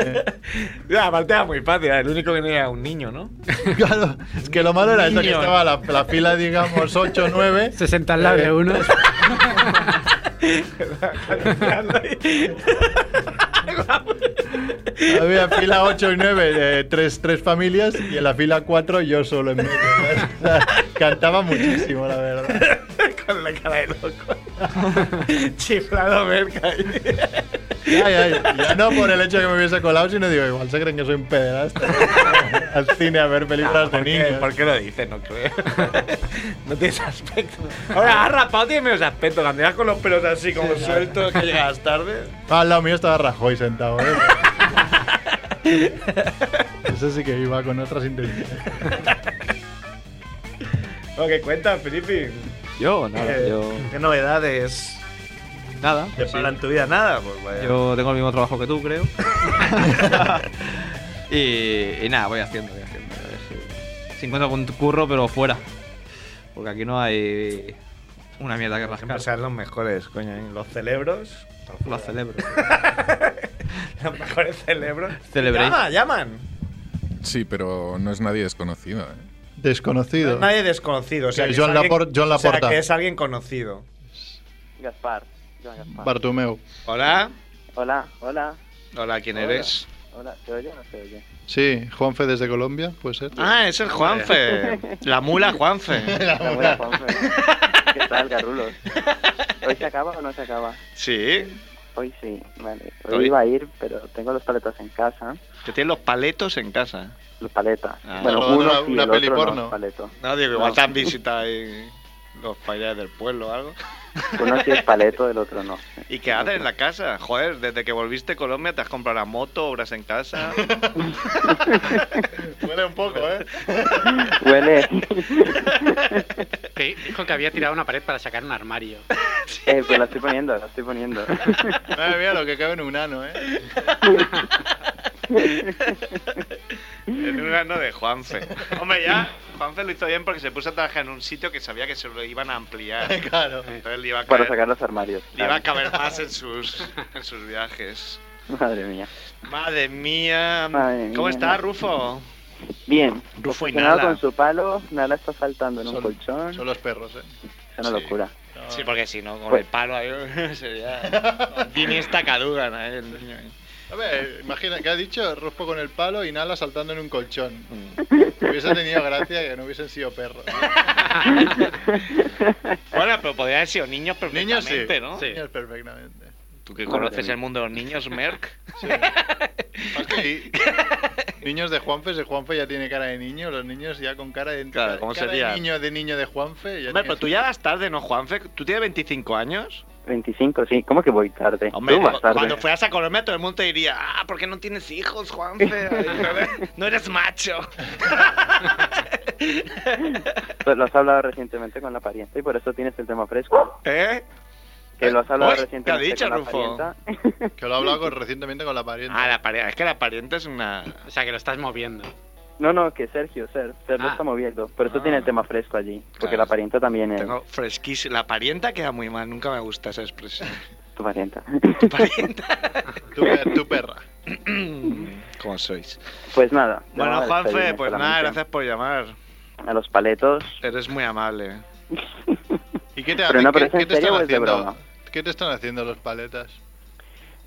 [SPEAKER 1] Ya, Aparte era muy fácil, el único que no era un niño, ¿no?
[SPEAKER 4] Claro, es que lo malo era eso, que
[SPEAKER 6] Niños.
[SPEAKER 4] estaba la, la fila, digamos, 8 o 9.
[SPEAKER 2] Se senta al lado de uno.
[SPEAKER 4] Había fila 8 y 9, tres, tres familias, y en la fila 4 yo solo en medio. O sea, cantaba muchísimo, la verdad.
[SPEAKER 1] Con la cara de loco. Chiflado merca ahí.
[SPEAKER 4] Ay, ay, ya no por el hecho de que me hubiese colado, sino digo, igual se creen que soy un pederasta. Al cine a ver películas de
[SPEAKER 1] ¿Por qué,
[SPEAKER 4] niños.
[SPEAKER 1] ¿Por qué lo dices? No creo. no tienes aspecto. Ahora, has rapado, tienes menos aspecto. Cuando llegas con los pelos así como sueltos, que llegas tarde.
[SPEAKER 4] Ah, Al lado mío estaba Rajoy sentado, ¿eh? Eso sí que iba con otras intenciones.
[SPEAKER 1] Lo que cuentas, Felipe.
[SPEAKER 6] Yo, nada,
[SPEAKER 1] Eh,
[SPEAKER 6] yo.
[SPEAKER 1] ¿Qué novedades
[SPEAKER 6] Nada.
[SPEAKER 1] te
[SPEAKER 6] sí.
[SPEAKER 1] paran tu vida? Nada, pues vaya.
[SPEAKER 6] Yo tengo el mismo trabajo que tú, creo. y, y nada, voy haciendo, voy haciendo. A ver si, si encuentro algún curro, pero fuera. Porque aquí no hay una mierda que
[SPEAKER 1] Siempre
[SPEAKER 6] rascar.
[SPEAKER 1] sean los mejores, coño. ¿eh? Los celebros.
[SPEAKER 6] Lo celebro.
[SPEAKER 1] Los mejores celebros.
[SPEAKER 6] Celebréis.
[SPEAKER 1] Llama, llaman.
[SPEAKER 3] Sí, pero no es nadie desconocido. ¿eh?
[SPEAKER 4] Desconocido.
[SPEAKER 1] Nadie desconocido. O sea,
[SPEAKER 4] Que
[SPEAKER 1] que
[SPEAKER 4] Joan
[SPEAKER 1] es alguien-
[SPEAKER 4] Lapor- Joan
[SPEAKER 1] o sea,
[SPEAKER 4] Laporta.
[SPEAKER 1] que es alguien conocido.
[SPEAKER 8] Gaspar. Joan Gaspar.
[SPEAKER 4] Bartomeu.
[SPEAKER 1] Hola.
[SPEAKER 8] Hola, hola.
[SPEAKER 1] Hola, ¿quién
[SPEAKER 8] Hola.
[SPEAKER 1] eres?
[SPEAKER 8] Hola, ¿te oye o no te oye?
[SPEAKER 4] Sí, Juanfe desde Colombia, puede ser.
[SPEAKER 1] Ah, es el Juanfe. La mula Juanfe.
[SPEAKER 8] Hola, buena, Juanfe. ¿Qué tal, Garrulos? ¿Hoy se acaba o no se acaba?
[SPEAKER 1] Sí.
[SPEAKER 8] Hoy sí, vale. Hoy
[SPEAKER 1] Hoy.
[SPEAKER 8] iba a ir, pero tengo los paletas en casa.
[SPEAKER 1] Que tiene los paletos en casa.
[SPEAKER 8] Los paletas.
[SPEAKER 1] Ah.
[SPEAKER 8] bueno,
[SPEAKER 4] Claro,
[SPEAKER 8] uno
[SPEAKER 4] una-
[SPEAKER 8] sí,
[SPEAKER 4] una
[SPEAKER 8] el
[SPEAKER 4] peli
[SPEAKER 8] otro
[SPEAKER 4] porno.
[SPEAKER 8] no, paleto.
[SPEAKER 1] No, digo,
[SPEAKER 8] igual te han
[SPEAKER 1] visitado los payas del pueblo o algo.
[SPEAKER 8] Uno sí es paleto, el otro no.
[SPEAKER 1] ¿Y qué haces en la casa? Joder, desde que volviste a Colombia te has comprado la moto, obras en casa.
[SPEAKER 4] Huele un poco, ¿eh?
[SPEAKER 8] Huele.
[SPEAKER 2] Que dijo que había tirado una pared para sacar un armario.
[SPEAKER 8] eh, pues la estoy poniendo, la estoy poniendo.
[SPEAKER 4] Madre mía, lo que cabe en un ano, ¿eh?
[SPEAKER 1] en un ano de Juanfe. Hombre, ya, Juanfe lo hizo bien porque se puso a trabajar en un sitio que sabía que se lo iban a ampliar.
[SPEAKER 4] Claro.
[SPEAKER 1] Entonces le iba a
[SPEAKER 8] Para
[SPEAKER 1] caber,
[SPEAKER 8] sacar los armarios.
[SPEAKER 1] le iba a
[SPEAKER 8] claro.
[SPEAKER 1] caber más en sus, en sus viajes.
[SPEAKER 8] Madre mía.
[SPEAKER 1] Madre mía.
[SPEAKER 8] Madre
[SPEAKER 1] ¿Cómo
[SPEAKER 8] mía.
[SPEAKER 1] estás, Rufo?
[SPEAKER 8] Bien.
[SPEAKER 1] Rufo y
[SPEAKER 8] Obsesionado
[SPEAKER 1] Nala.
[SPEAKER 8] con su palo, Nala está saltando en un
[SPEAKER 4] Son-
[SPEAKER 8] colchón.
[SPEAKER 4] Son los perros, ¿eh?
[SPEAKER 8] Es una
[SPEAKER 1] Sí.
[SPEAKER 8] locura.
[SPEAKER 1] Sí, porque si no, con
[SPEAKER 8] Pues-
[SPEAKER 1] el palo ahí sería. Vini esta caduga, ¿no? El niño ahí.
[SPEAKER 4] A ver, imagina, ¿qué ha dicho? Rufo con el palo y Nala saltando en un colchón.
[SPEAKER 9] Mm.
[SPEAKER 4] Hubiese tenido gracia que no hubiesen sido perros.
[SPEAKER 1] Bueno, pero podría haber sido niños
[SPEAKER 4] Niños sí.
[SPEAKER 1] perfectamente, ¿no?
[SPEAKER 2] Sí.
[SPEAKER 4] Niños perfectamente.
[SPEAKER 1] Tú que
[SPEAKER 8] Madre
[SPEAKER 1] conoces
[SPEAKER 8] mía.
[SPEAKER 1] el mundo de los niños, Merck.
[SPEAKER 4] Sí. Ok. niños de Juanfe, si Juanfe ya tiene cara de niño, los niños ya con cara de,
[SPEAKER 1] Claro, ¿cómo
[SPEAKER 4] cara
[SPEAKER 1] sería?
[SPEAKER 4] de niño de niño de Juanfe. Ya
[SPEAKER 1] Hombre,
[SPEAKER 4] tiene-
[SPEAKER 1] pero tú ya vas tarde, ¿no, Juanfe? ¿Tú tienes 25 años?
[SPEAKER 9] 25, sí. ¿Cómo que voy tarde?
[SPEAKER 1] Hombre,
[SPEAKER 9] Tú vas tarde.
[SPEAKER 1] cuando fueras a Colombia todo el mundo te diría, ah, ¿por qué no tienes hijos, Juanfe? Ay, no eres macho.
[SPEAKER 9] Pues Lo has hablado recientemente con la parienta y por eso tienes el tema fresco.
[SPEAKER 1] ¿Eh?
[SPEAKER 9] Que lo has hablado
[SPEAKER 1] Uy, ¿qué ha
[SPEAKER 9] recientemente
[SPEAKER 1] dicho,
[SPEAKER 9] con la
[SPEAKER 1] Rufo?
[SPEAKER 9] parienta.
[SPEAKER 4] Que lo he hablado con- recientemente con la pariente.
[SPEAKER 1] Ah, la pariente. Es que la pariente es una.
[SPEAKER 2] O sea, que lo estás moviendo.
[SPEAKER 9] No, no, que Sergio, Ser, Ser lo
[SPEAKER 2] Ah.
[SPEAKER 9] está moviendo. Por eso
[SPEAKER 1] Ah.
[SPEAKER 9] tiene el tema fresco allí. Porque
[SPEAKER 1] Claro.
[SPEAKER 9] la parienta también es
[SPEAKER 1] Tengo fresquísima. La parienta queda muy mal. Nunca me gusta esa expresión.
[SPEAKER 9] tu parienta.
[SPEAKER 1] Parienta.
[SPEAKER 4] Tu, per- tu perra.
[SPEAKER 1] ¿Cómo sois?
[SPEAKER 9] pues nada. de
[SPEAKER 1] Bueno,
[SPEAKER 9] nada,
[SPEAKER 1] Juanfe,
[SPEAKER 9] despedirme
[SPEAKER 1] pues nada,
[SPEAKER 9] solamente.
[SPEAKER 1] gracias por llamar. Er-
[SPEAKER 9] A los paletos.
[SPEAKER 1] Eres muy amable.
[SPEAKER 4] ¿Y qué te
[SPEAKER 9] Pero
[SPEAKER 4] hacen?
[SPEAKER 9] no, pero
[SPEAKER 4] ¿Qué,
[SPEAKER 9] ¿es en
[SPEAKER 4] qué te
[SPEAKER 9] serio
[SPEAKER 4] están
[SPEAKER 9] o es de
[SPEAKER 4] haciendo?
[SPEAKER 9] broma?
[SPEAKER 4] ¿Qué te están haciendo los paletas?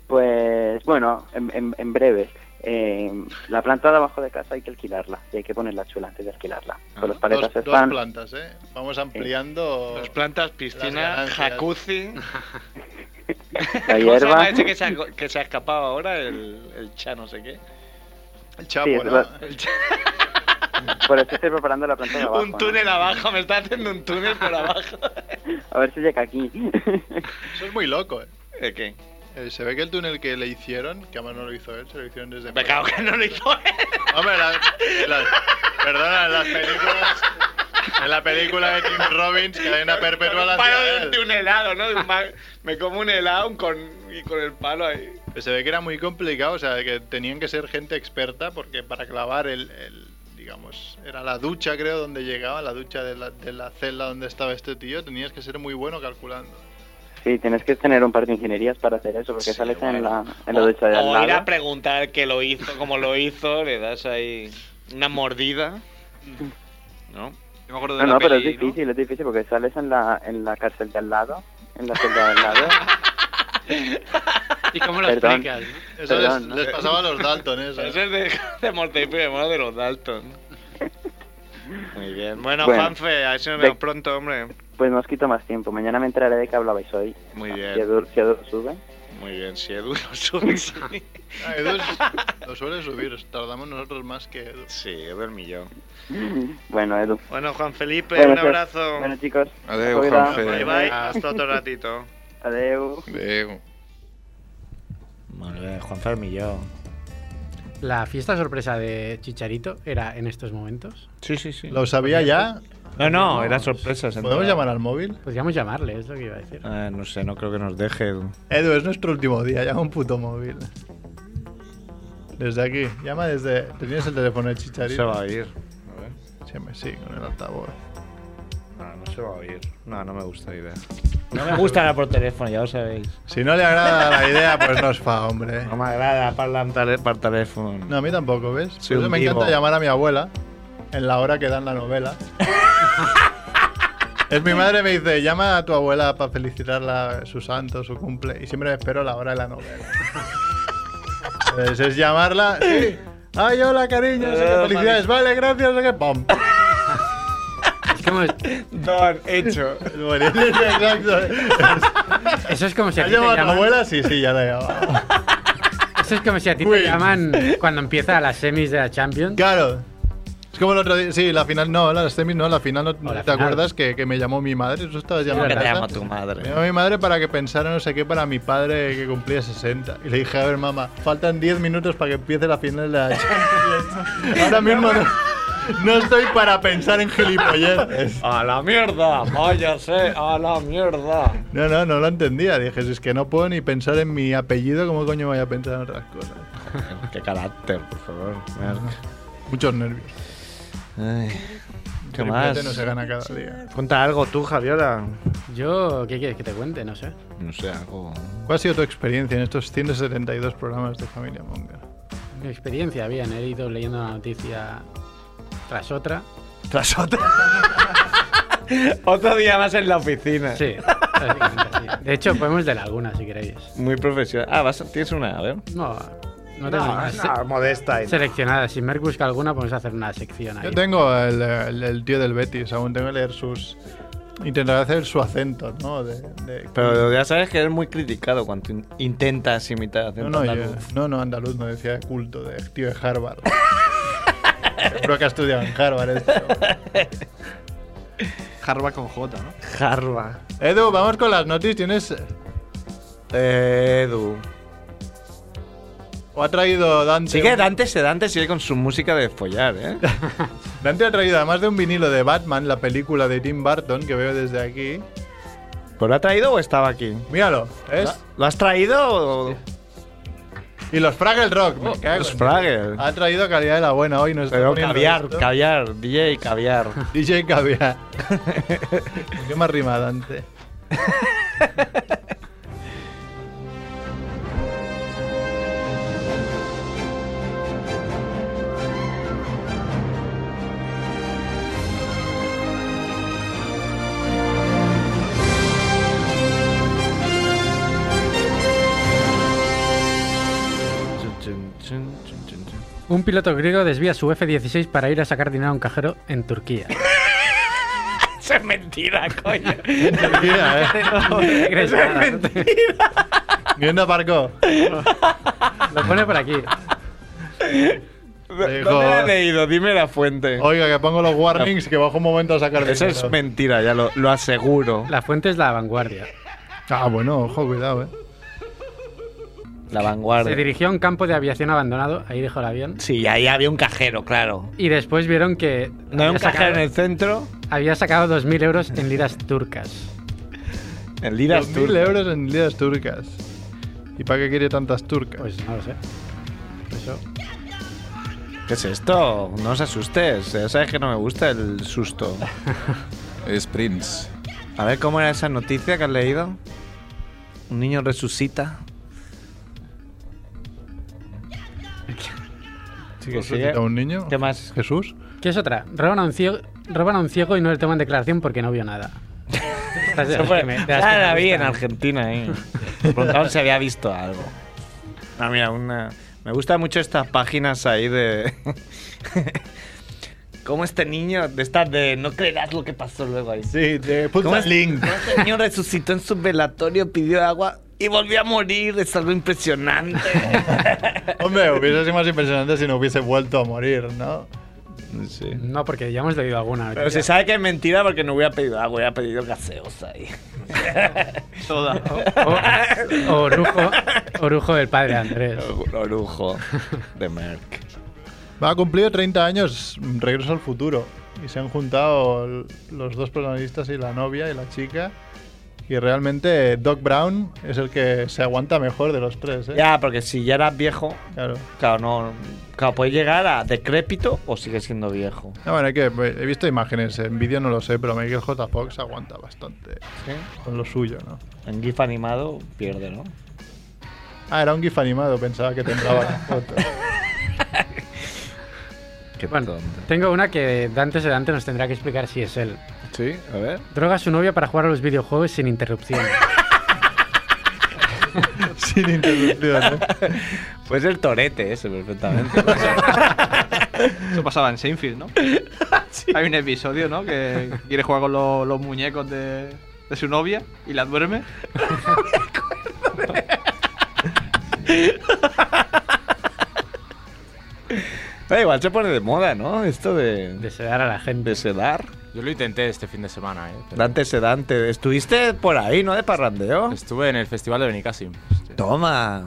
[SPEAKER 9] Pues bueno, en, en- en breve. eh, la planta de abajo de casa hay que alquilarla y hay que ponerla chula antes de alquilarla.
[SPEAKER 1] Ah,
[SPEAKER 9] Pues los paletas
[SPEAKER 4] Dos, dos
[SPEAKER 9] están.
[SPEAKER 4] plantas, ¿eh? Vamos ampliando.
[SPEAKER 1] Las plantas, piscina,
[SPEAKER 4] Las ganancias.
[SPEAKER 1] jacuzzi.
[SPEAKER 9] La
[SPEAKER 1] ¿Cómo se llama
[SPEAKER 9] hierba.
[SPEAKER 1] ese que se ha, que se ha escapado ahora? El, el cha no sé qué.
[SPEAKER 4] El
[SPEAKER 9] Sí,
[SPEAKER 4] chapo, ¿no?
[SPEAKER 9] es verdad.
[SPEAKER 1] El cha-
[SPEAKER 9] Por eso estoy preparando la planta de abajo.
[SPEAKER 1] un
[SPEAKER 9] ¿no?
[SPEAKER 1] túnel abajo. Me está haciendo un túnel por abajo.
[SPEAKER 9] A ver si llega aquí.
[SPEAKER 4] Eso es muy loco, ¿eh?
[SPEAKER 1] ¿De qué?
[SPEAKER 4] Eh, Se ve que el túnel que le hicieron, que además no lo hizo él, se lo hicieron desde.
[SPEAKER 1] Me cago que no lo hizo él.
[SPEAKER 4] Hombre, la- las- perdona, en las películas. En la película de Tim Robbins, que hay una perpetua
[SPEAKER 1] Con
[SPEAKER 4] la
[SPEAKER 1] un palo de un,
[SPEAKER 4] hacía
[SPEAKER 1] de
[SPEAKER 4] él.
[SPEAKER 1] un helado, ¿no? De un ma- me como un helado un con, y con el palo ahí.
[SPEAKER 4] Pero Se ve que era muy complicado, o sea, que tenían que ser gente experta, porque para clavar el. el- digamos, era la ducha, creo, donde llegaba, la ducha de la, de la celda donde estaba este tío, tenías que ser muy bueno calculando.
[SPEAKER 9] Sí, tienes que tener un par de ingenierías para hacer eso, porque
[SPEAKER 1] Sí,
[SPEAKER 9] sales en
[SPEAKER 1] bueno.
[SPEAKER 9] la, en la ducha de al
[SPEAKER 1] o ir a
[SPEAKER 9] lado.
[SPEAKER 1] preguntar qué lo hizo, cómo lo hizo, le das ahí una mordida. ¿No?
[SPEAKER 10] Yo me acuerdo de
[SPEAKER 9] No,
[SPEAKER 10] la
[SPEAKER 9] no, pero es
[SPEAKER 10] peli, ¿no?
[SPEAKER 9] difícil, es difícil, porque sales en la, en la cárcel de al lado, en la celda de al lado.
[SPEAKER 2] ¿Y cómo lo
[SPEAKER 9] Perdón.
[SPEAKER 2] explicas? no?
[SPEAKER 4] Eso
[SPEAKER 9] Perdón,
[SPEAKER 4] les,
[SPEAKER 9] ¿no?
[SPEAKER 4] les pasaba a los Dalton, eso.
[SPEAKER 1] Eso es de, de Morte y Filemón, de los Dalton. Muy bien. Bueno,
[SPEAKER 9] Bueno.
[SPEAKER 1] Juanfe, a ver si nos
[SPEAKER 9] Ve-
[SPEAKER 1] vemos pronto, hombre.
[SPEAKER 9] Pues no os quito más tiempo, mañana me enteraré de qué hablabais hoy.
[SPEAKER 1] Muy
[SPEAKER 9] Si
[SPEAKER 1] bien,
[SPEAKER 9] Edu, si Edu sube.
[SPEAKER 1] muy bien. Si Edu no sube, sí.
[SPEAKER 4] Ah, Edu es- lo suele subir, tardamos nosotros más que Edu.
[SPEAKER 1] Sí, Edu el millón.
[SPEAKER 9] Bueno, Edu.
[SPEAKER 1] Bueno, Juan Felipe,
[SPEAKER 9] Bueno,
[SPEAKER 1] un
[SPEAKER 9] chicos.
[SPEAKER 1] abrazo.
[SPEAKER 9] Bueno, chicos.
[SPEAKER 3] Adeu,
[SPEAKER 9] Cuidado.
[SPEAKER 3] Juanfe.
[SPEAKER 1] Bye bye. Hasta otro ratito.
[SPEAKER 9] Adeu.
[SPEAKER 3] Adeu.
[SPEAKER 1] Muy bien, Juan Fermillo.
[SPEAKER 2] La fiesta sorpresa de Chicharito era en estos momentos.
[SPEAKER 1] Sí, sí, sí.
[SPEAKER 4] ¿Lo sabía ya?
[SPEAKER 1] No, no, era sorpresa. se
[SPEAKER 4] ¿Podemos
[SPEAKER 1] enteraba.
[SPEAKER 4] llamar al móvil?
[SPEAKER 2] Podríamos llamarle, es lo que iba a decir.
[SPEAKER 1] Eh, no sé, no creo que nos deje, Edu.
[SPEAKER 4] Edu, es nuestro último día, llama un puto móvil. Desde aquí, llama desde. ¿Tenías el teléfono de
[SPEAKER 1] Se va
[SPEAKER 4] Chicharito?
[SPEAKER 1] a oír.
[SPEAKER 4] Sí, me sí, con el altavoz.
[SPEAKER 1] No, no se va a oír. No, no me gusta la idea. No me gusta hablar por teléfono, ya lo sabéis.
[SPEAKER 4] Si no le agrada la idea, pues no es fa, hombre.
[SPEAKER 1] No me agrada hablar por teléfono.
[SPEAKER 4] No, a mí tampoco, ¿ves?
[SPEAKER 1] Soy
[SPEAKER 4] Por eso
[SPEAKER 1] un
[SPEAKER 4] me encanta
[SPEAKER 1] divo.
[SPEAKER 4] llamar a mi abuela en la hora que dan la novela. es mi madre me dice, llama a tu abuela para felicitarla su santo, su cumple. Y siempre espero la hora de la novela. Entonces es llamarla. sí. Ay, hola, cariño. no sé qué,
[SPEAKER 1] Eh,
[SPEAKER 4] felicidades. Vale, gracias. no sé qué, pam.
[SPEAKER 2] Es como- eso
[SPEAKER 1] Don, hecho.
[SPEAKER 4] Buenísimo, Exacto.
[SPEAKER 2] es como si a
[SPEAKER 4] ¿Has
[SPEAKER 2] ti te
[SPEAKER 4] llamado a tu
[SPEAKER 2] llaman.
[SPEAKER 4] abuela? Sí, sí, ya la he llamado.
[SPEAKER 2] Eso es como si a ti
[SPEAKER 4] Uy.
[SPEAKER 2] te llaman cuando empieza las semis de la Champions.
[SPEAKER 4] Claro. Es como el otro día. Sí, la final no, la semis no, la final no.
[SPEAKER 2] O la
[SPEAKER 4] ¿Te
[SPEAKER 2] final.
[SPEAKER 4] acuerdas que, que me llamó mi madre? Tú estabas llamando.
[SPEAKER 1] que
[SPEAKER 4] a
[SPEAKER 1] te
[SPEAKER 4] casa.
[SPEAKER 1] llamo tu madre?
[SPEAKER 4] Me llamó mi madre para que pensara no sé qué para mi padre que cumplía 60. Y le dije, a ver, mamá, faltan 10 minutos para que empiece la final de la Champions. Ahora mismo no, no estoy para pensar en gilipolleces.
[SPEAKER 1] ¡A la mierda! ¡Váyase! ¡A la mierda!
[SPEAKER 4] No, no, no lo entendía. Dije, si es que no puedo ni pensar en mi apellido, ¿cómo coño voy a pensar en otras cosas?
[SPEAKER 1] ¡Qué carácter, por favor!
[SPEAKER 4] Muchos nervios.
[SPEAKER 1] ¿Qué
[SPEAKER 4] Triplete
[SPEAKER 1] más?
[SPEAKER 4] no se gana cada día.
[SPEAKER 1] Cuenta algo tú, Javiola.
[SPEAKER 2] Yo, ¿qué quieres que te cuente? No sé.
[SPEAKER 1] No sé, algo.
[SPEAKER 4] ¿Cuál ha sido tu experiencia en estos 172 programas de Familia Monger?
[SPEAKER 2] Mi experiencia, bien, he ido leyendo una noticia tras otra.
[SPEAKER 4] Tras otra.
[SPEAKER 1] Otro día más en la oficina.
[SPEAKER 2] Sí, básicamente sí. De hecho, podemos de alguna si queréis.
[SPEAKER 1] Muy profesional. Ah, vas a- tienes una, a ver.
[SPEAKER 2] No, no tengo ninguna se-
[SPEAKER 1] modesta.
[SPEAKER 2] seleccionada. Si Merck busca alguna, podemos hacer una sección ahí.
[SPEAKER 4] Yo tengo el, el- el tío del Betis, aún tengo que leer sus. Intentar hacer su acento, ¿no? De, de-
[SPEAKER 1] Pero ya sabes que eres muy criticado cuando in- intentas imitar
[SPEAKER 4] no,
[SPEAKER 1] acento
[SPEAKER 4] no, yo-
[SPEAKER 1] andaluz.
[SPEAKER 4] no, no, andaluz, no decía de culto, de tío de Harvard. Seguro que ha estudiado en Harvard. este hombre.
[SPEAKER 6] Harvard con J, ¿no?
[SPEAKER 1] Jarba.
[SPEAKER 4] Edu, vamos con las noticias. Tienes. eh,
[SPEAKER 1] Edu.
[SPEAKER 4] O ha traído Dante.
[SPEAKER 1] Sí que
[SPEAKER 4] un-
[SPEAKER 1] Dante sedante sigue con su música de follar, ¿eh?
[SPEAKER 4] Dante ha traído, además de un vinilo de Batman, la película de Tim Burton que veo desde aquí.
[SPEAKER 1] ¿Pues lo ha traído o estaba aquí?
[SPEAKER 4] Míralo, ¿es?
[SPEAKER 1] ¿Lo has traído o...?
[SPEAKER 4] Y los Fraggle Rock. me
[SPEAKER 6] Oh,
[SPEAKER 4] cago en
[SPEAKER 1] los
[SPEAKER 4] Dios.
[SPEAKER 1] Fraggle.
[SPEAKER 4] Ha traído calidad de la buena hoy. Nos está
[SPEAKER 1] Pero
[SPEAKER 4] poniendo
[SPEAKER 1] caviar,
[SPEAKER 4] esto.
[SPEAKER 1] caviar, DJ caviar.
[SPEAKER 4] DJ Caviar. ¿Qué más rima, Dante?
[SPEAKER 2] Un piloto griego desvía su F-16 para ir a sacar dinero a un cajero en Turquía.
[SPEAKER 1] Eso es mentira, coño.
[SPEAKER 4] Mira, eh.
[SPEAKER 2] No te crees nada, no te-
[SPEAKER 4] ¿Y dónde aparcó?
[SPEAKER 2] Lo pone por aquí.
[SPEAKER 1] ¿Dónde
[SPEAKER 4] Dijo-
[SPEAKER 1] lo has leído? Dime la fuente.
[SPEAKER 4] Oiga, que pongo los warnings que bajo un momento a sacar
[SPEAKER 1] Eso es
[SPEAKER 4] dinero.
[SPEAKER 1] mentira, ya lo, lo aseguro.
[SPEAKER 2] La fuente es la vanguardia.
[SPEAKER 4] Ah, bueno, ojo, cuidado, eh.
[SPEAKER 1] La
[SPEAKER 2] Se
[SPEAKER 1] vanguardia.
[SPEAKER 2] dirigió a un campo de aviación abandonado, ahí dejó el avión.
[SPEAKER 1] Sí, ahí había un cajero, claro.
[SPEAKER 2] Y después vieron que
[SPEAKER 1] No había un
[SPEAKER 2] sacado,
[SPEAKER 1] cajero en el centro.
[SPEAKER 2] había sacado 2.000 euros en liras turcas.
[SPEAKER 1] En liras
[SPEAKER 4] 2.000
[SPEAKER 1] turcas.
[SPEAKER 4] euros en liras turcas. ¿Y para qué quiere tantas turcas?
[SPEAKER 2] Pues no lo sé. Eso.
[SPEAKER 1] ¿Qué es esto? No os asustes. Ya sabes que no me gusta el susto.
[SPEAKER 3] Es Prince.
[SPEAKER 1] A ver, ¿cómo era esa noticia que has leído? Un niño resucita. Sí, que sigue.
[SPEAKER 4] ¿A Pues, un niño?
[SPEAKER 1] ¿Qué más?
[SPEAKER 4] ¿Jesús?
[SPEAKER 2] ¿Qué es otra? Roban a un ciego, roban a un ciego y no le toman declaración porque no vio nada. Estas de
[SPEAKER 1] Eso
[SPEAKER 2] las
[SPEAKER 1] fue-
[SPEAKER 2] que me- de las que
[SPEAKER 1] Ah,
[SPEAKER 2] me
[SPEAKER 1] la vi en
[SPEAKER 2] gustan.
[SPEAKER 1] Argentina, eh. Me preguntaban si había visto algo. Ah, mira, una... Me gustan mucho estas páginas ahí de... ¿Cómo este niño de estas de no creerás lo que pasó luego ahí?
[SPEAKER 4] Sí, de
[SPEAKER 1] ¿Cómo
[SPEAKER 4] puta
[SPEAKER 1] es- cómo este niño resucitó en su velatorio, pidió agua y volvió a morir? Es algo impresionante.
[SPEAKER 4] Hombre, hubiese sido más impresionante si no hubiese vuelto a morir, ¿no?
[SPEAKER 2] No, porque ya hemos leído alguna.
[SPEAKER 1] Pero se sabe que es mentira porque no hubiera pedido agua, hubiera pedido gaseosa ahí.
[SPEAKER 6] Toda. ¿no?
[SPEAKER 2] O- Orujo, Orujo del padre Andrés.
[SPEAKER 1] Orujo de Merck.
[SPEAKER 4] Va, ha cumplido 30 años, mm, Regreso al Futuro. Y se han juntado l- los dos protagonistas y la novia y la chica. Y realmente Doc Brown es el que se aguanta mejor de los tres, ¿eh?
[SPEAKER 1] Ya, porque si ya eras viejo,
[SPEAKER 4] Claro.
[SPEAKER 1] Claro, no. Claro, puede llegar a decrépito o sigue siendo viejo.
[SPEAKER 4] Ah, bueno, hay que, he visto imágenes, en vídeo no lo sé, pero Michael J. Fox aguanta bastante con lo suyo, ¿no?
[SPEAKER 1] En GIF animado pierde, ¿no?
[SPEAKER 4] Ah, era un GIF animado, pensaba que temblaba la foto.
[SPEAKER 1] Qué
[SPEAKER 2] Bueno, tengo una que Dante Sedante nos tendrá que explicar si es él.
[SPEAKER 3] Sí, a ver.
[SPEAKER 2] Droga a su novia para jugar a los videojuegos sin interrupciones.
[SPEAKER 4] Sin interrupción, ¿eh?
[SPEAKER 1] Pues el torete ese, perfectamente.
[SPEAKER 6] Eso pasaba en Seinfeld, ¿no? Hay un episodio, ¿no? Que quiere jugar con lo- los muñecos de, de su novia y la duerme.
[SPEAKER 1] Da igual, se pone de moda, ¿no? Esto de,
[SPEAKER 2] De
[SPEAKER 1] de,
[SPEAKER 2] sedar a la gente.
[SPEAKER 1] sedar.
[SPEAKER 11] Yo lo intenté este fin de semana, ¿eh? pero
[SPEAKER 1] Dante sedante. Estuviste por ahí, ¿no? De parrandeo.
[SPEAKER 11] Estuve en el festival de Benicassim.
[SPEAKER 1] Toma.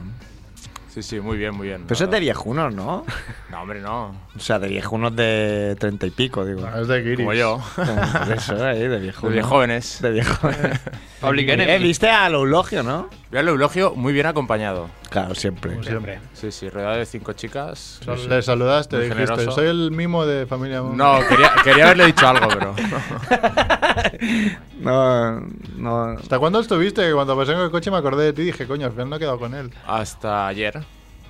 [SPEAKER 11] Sí, sí, muy bien, muy bien.
[SPEAKER 1] Pero eso es de viejunos, ¿no?
[SPEAKER 11] No, hombre, no.
[SPEAKER 1] O sea, de viejunos de treinta y pico, digo.
[SPEAKER 4] No, es de Kiris.
[SPEAKER 11] Como yo.
[SPEAKER 1] Por eso, ahí, de ¿eh?
[SPEAKER 11] Los
[SPEAKER 1] viejunos.
[SPEAKER 11] bien jóvenes.
[SPEAKER 1] De viejunos.
[SPEAKER 6] Public
[SPEAKER 1] Eh,
[SPEAKER 6] Enemy.
[SPEAKER 1] viste al Eulogio, ¿no?
[SPEAKER 11] Voy al eulogio muy bien acompañado.
[SPEAKER 1] Claro, siempre.
[SPEAKER 4] Siempre.
[SPEAKER 11] Sí, sí, rodeado de cinco chicas.
[SPEAKER 4] O sea, Le saludaste,
[SPEAKER 11] Muy
[SPEAKER 4] dijiste,
[SPEAKER 11] generoso.
[SPEAKER 4] soy el mimo de familia Monger".
[SPEAKER 11] No, quería, quería haberle dicho algo, pero.
[SPEAKER 1] No, no.
[SPEAKER 4] ¿Hasta cuándo estuviste? Que cuando pasé en el coche me acordé de ti y dije, coño, al final no he quedado con él.
[SPEAKER 11] Hasta ayer.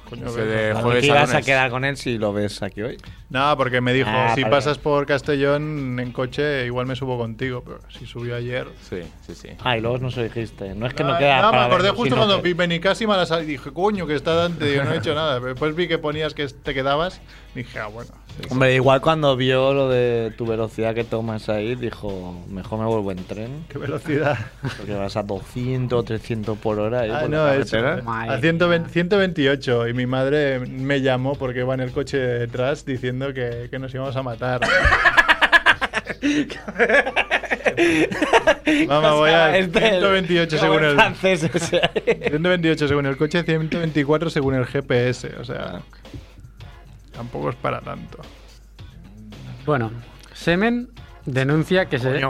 [SPEAKER 4] Coño,
[SPEAKER 11] Fue
[SPEAKER 4] ve.
[SPEAKER 11] de
[SPEAKER 1] ¿Por
[SPEAKER 11] jueves
[SPEAKER 1] qué
[SPEAKER 11] a
[SPEAKER 1] ibas a
[SPEAKER 11] lunes.
[SPEAKER 1] quedar con él si lo ves aquí hoy?
[SPEAKER 4] Nada, porque me dijo,
[SPEAKER 1] Ah,
[SPEAKER 4] si
[SPEAKER 1] vale.
[SPEAKER 4] pasas por Castellón en coche, igual me subo contigo. Pero si subió ayer...
[SPEAKER 11] Sí, sí, sí.
[SPEAKER 1] Ah, y luego no se dijiste. No es que
[SPEAKER 4] Ah,
[SPEAKER 1] no queda.
[SPEAKER 4] no, me
[SPEAKER 1] para
[SPEAKER 4] acordé
[SPEAKER 1] vernos,
[SPEAKER 4] justo
[SPEAKER 1] sino
[SPEAKER 4] cuando
[SPEAKER 1] que-
[SPEAKER 4] vi Benicassim a la sal- y dije, coño, que está Dante, yo no he hecho nada. Pero Después vi que ponías que te quedabas, dije, ah, bueno,
[SPEAKER 1] Hombre, igual cuando vio lo de tu velocidad que tomas ahí, dijo, mejor me vuelvo en tren,
[SPEAKER 4] Qué velocidad.
[SPEAKER 1] porque vas a 200, 300 por hora ahí
[SPEAKER 4] Ah,
[SPEAKER 1] por
[SPEAKER 4] no,
[SPEAKER 1] la
[SPEAKER 4] eso.
[SPEAKER 1] carretera.
[SPEAKER 2] Madre
[SPEAKER 4] A 120
[SPEAKER 2] mía.
[SPEAKER 4] 128. Y mi madre me llamó porque iba en el coche detrás diciendo que, que nos íbamos a matar. Mamá, voy a
[SPEAKER 1] Este es el-
[SPEAKER 4] 128
[SPEAKER 1] como ¿eh?
[SPEAKER 4] según
[SPEAKER 1] el
[SPEAKER 4] el,
[SPEAKER 1] francés, o sea.
[SPEAKER 4] 128 según el coche, 124 según el GPS. O sea,
[SPEAKER 1] Ah.
[SPEAKER 4] tampoco es para tanto.
[SPEAKER 2] Bueno, Semen denuncia que se,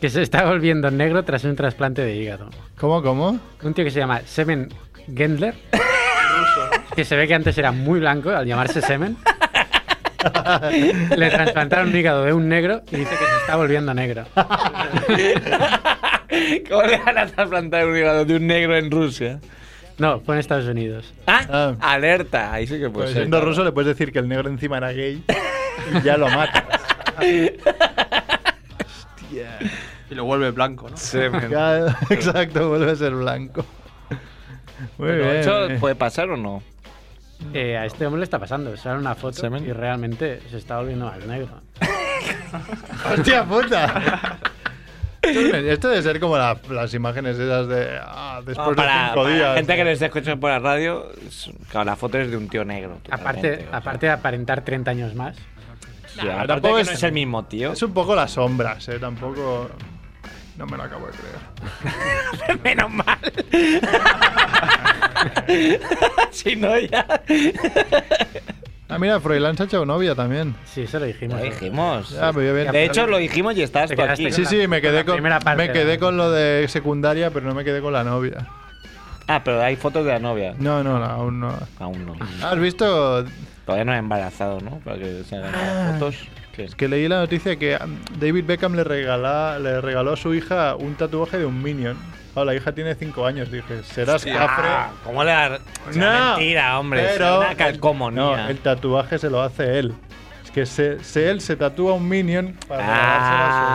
[SPEAKER 2] que se está volviendo negro tras un trasplante de hígado.
[SPEAKER 4] ¿Cómo, cómo?
[SPEAKER 1] Pues
[SPEAKER 2] Un tío que se llama Semen Gendler, que se ve que antes era muy blanco al llamarse Semen, le trasplantaron un hígado de un negro y dice que se está volviendo negro.
[SPEAKER 1] ¿Cómo le van a trasplantar un hígado de un negro en Rusia?
[SPEAKER 2] No, fue en Estados Unidos.
[SPEAKER 1] Ah,
[SPEAKER 4] Ah.
[SPEAKER 1] alerta, ahí sí que
[SPEAKER 4] Pues
[SPEAKER 1] puede ser.
[SPEAKER 4] siendo ruso le puedes decir que el negro encima era gay y ya lo matas.
[SPEAKER 6] Y lo vuelve blanco, ¿no?
[SPEAKER 4] Ya, eh. exacto, vuelve a ser blanco. Muy
[SPEAKER 1] Pero
[SPEAKER 4] bien.
[SPEAKER 1] ¿Eso puede pasar o no?
[SPEAKER 2] Eh, a este hombre le está pasando, sale una foto
[SPEAKER 1] Semen.
[SPEAKER 2] y realmente se está volviendo al negro.
[SPEAKER 4] ¡Hostia puta! Esto debe ser como la- las imágenes esas de. ah, después de
[SPEAKER 1] para
[SPEAKER 4] cinco
[SPEAKER 1] para
[SPEAKER 4] días.
[SPEAKER 1] la gente que les escucha por la radio, es- claro, la foto es de un tío negro. totalmente, o
[SPEAKER 2] Aparte,
[SPEAKER 1] sea.
[SPEAKER 2] aparte de aparentar 30 años más.
[SPEAKER 1] Sí, aparte
[SPEAKER 4] tampoco
[SPEAKER 1] que
[SPEAKER 4] es-
[SPEAKER 1] no es el mismo tío.
[SPEAKER 4] Es un poco las sombras, ¿eh? Tampoco. No me lo acabo de creer.
[SPEAKER 1] Menos mal. si no, ya.
[SPEAKER 4] Ah, mira, Froilán se ha hecho novia también.
[SPEAKER 2] Sí, eso lo dijimos.
[SPEAKER 1] Lo dijimos.
[SPEAKER 4] Ya, pero yo bien-
[SPEAKER 1] De hecho, lo dijimos y estabas
[SPEAKER 2] Te
[SPEAKER 1] tú
[SPEAKER 2] quedaste
[SPEAKER 1] aquí.
[SPEAKER 4] Sí, sí, me
[SPEAKER 2] Con
[SPEAKER 4] quedé
[SPEAKER 2] la
[SPEAKER 4] con,
[SPEAKER 2] primera parte,
[SPEAKER 4] me quedé
[SPEAKER 2] ¿no?
[SPEAKER 4] con lo de secundaria, pero no me quedé con la novia.
[SPEAKER 1] Ah, pero hay fotos de la novia.
[SPEAKER 4] No, no, no, aún no.
[SPEAKER 1] Aún no.
[SPEAKER 4] ¿Has visto?
[SPEAKER 1] Todavía no he embarazado, ¿no? Para que se hagan las fotos. Que-
[SPEAKER 4] Es Ah. que leí la noticia que mm, David Beckham le, regala, le regaló a su hija un tatuaje de un minion. Ah, la hija tiene 5 años, dije. Serás
[SPEAKER 1] Ah,
[SPEAKER 4] cafre.
[SPEAKER 1] ¿Cómo le da?
[SPEAKER 4] No,
[SPEAKER 1] mentira, hombre.
[SPEAKER 4] pero-
[SPEAKER 1] es una calcomanía.
[SPEAKER 4] No, el tatuaje se lo hace él. Es que se, se- él se tatúa un minion para regalárselo a su hija.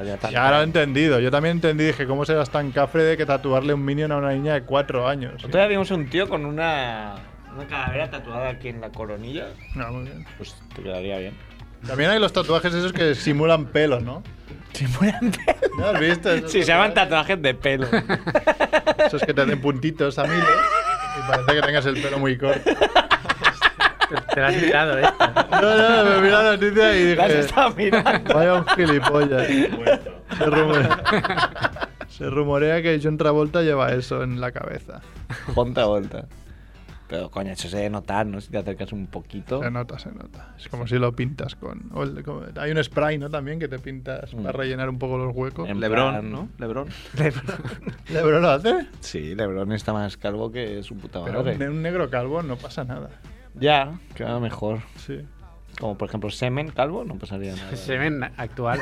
[SPEAKER 1] Ah, ya está.
[SPEAKER 4] Ya lo he entendido. Yo también entendí, dije, ¿cómo serás tan cafre de que tatuarle un minion a una niña de 4 años?
[SPEAKER 1] Todavía vimos un tío con una, una calavera tatuada aquí en la coronilla.
[SPEAKER 4] No, muy bien.
[SPEAKER 1] Pues te quedaría bien.
[SPEAKER 4] También hay los tatuajes esos que simulan pelo, ¿no? ¿Simulan pelo? ¿No has visto? Esos
[SPEAKER 1] Sí, se llaman tatuajes
[SPEAKER 4] tatuajes?
[SPEAKER 1] de pelo.
[SPEAKER 4] Esos que te hacen puntitos a miles y parece que tengas el pelo muy corto.
[SPEAKER 2] Te lo has mirado, ¿eh?
[SPEAKER 4] No, no, me miré la noticia y
[SPEAKER 1] Las
[SPEAKER 4] dije,
[SPEAKER 1] estaba mirando.
[SPEAKER 4] vaya un gilipollas. Se rumorea, se rumorea que John Travolta lleva eso en la cabeza.
[SPEAKER 1] Ponte a vuelta. Pero coño, eso se debe notar, ¿no? Si te acercas un poquito.
[SPEAKER 4] Se nota, se nota. Es como si lo pintas con... o el- como- hay un spray, ¿no? También que te pintas para rellenar un poco los huecos.
[SPEAKER 1] En plan-
[SPEAKER 6] Lebron, ¿no? Lebron.
[SPEAKER 4] ¿Lebron lo hace?
[SPEAKER 1] Sí, Lebron está más calvo que su puta
[SPEAKER 4] Pero
[SPEAKER 1] madre.
[SPEAKER 4] un, un negro calvo no pasa nada.
[SPEAKER 1] Ya, queda mejor.
[SPEAKER 4] Sí.
[SPEAKER 1] Como por ejemplo, semen calvo, no pasaría nada.
[SPEAKER 2] Semen actual.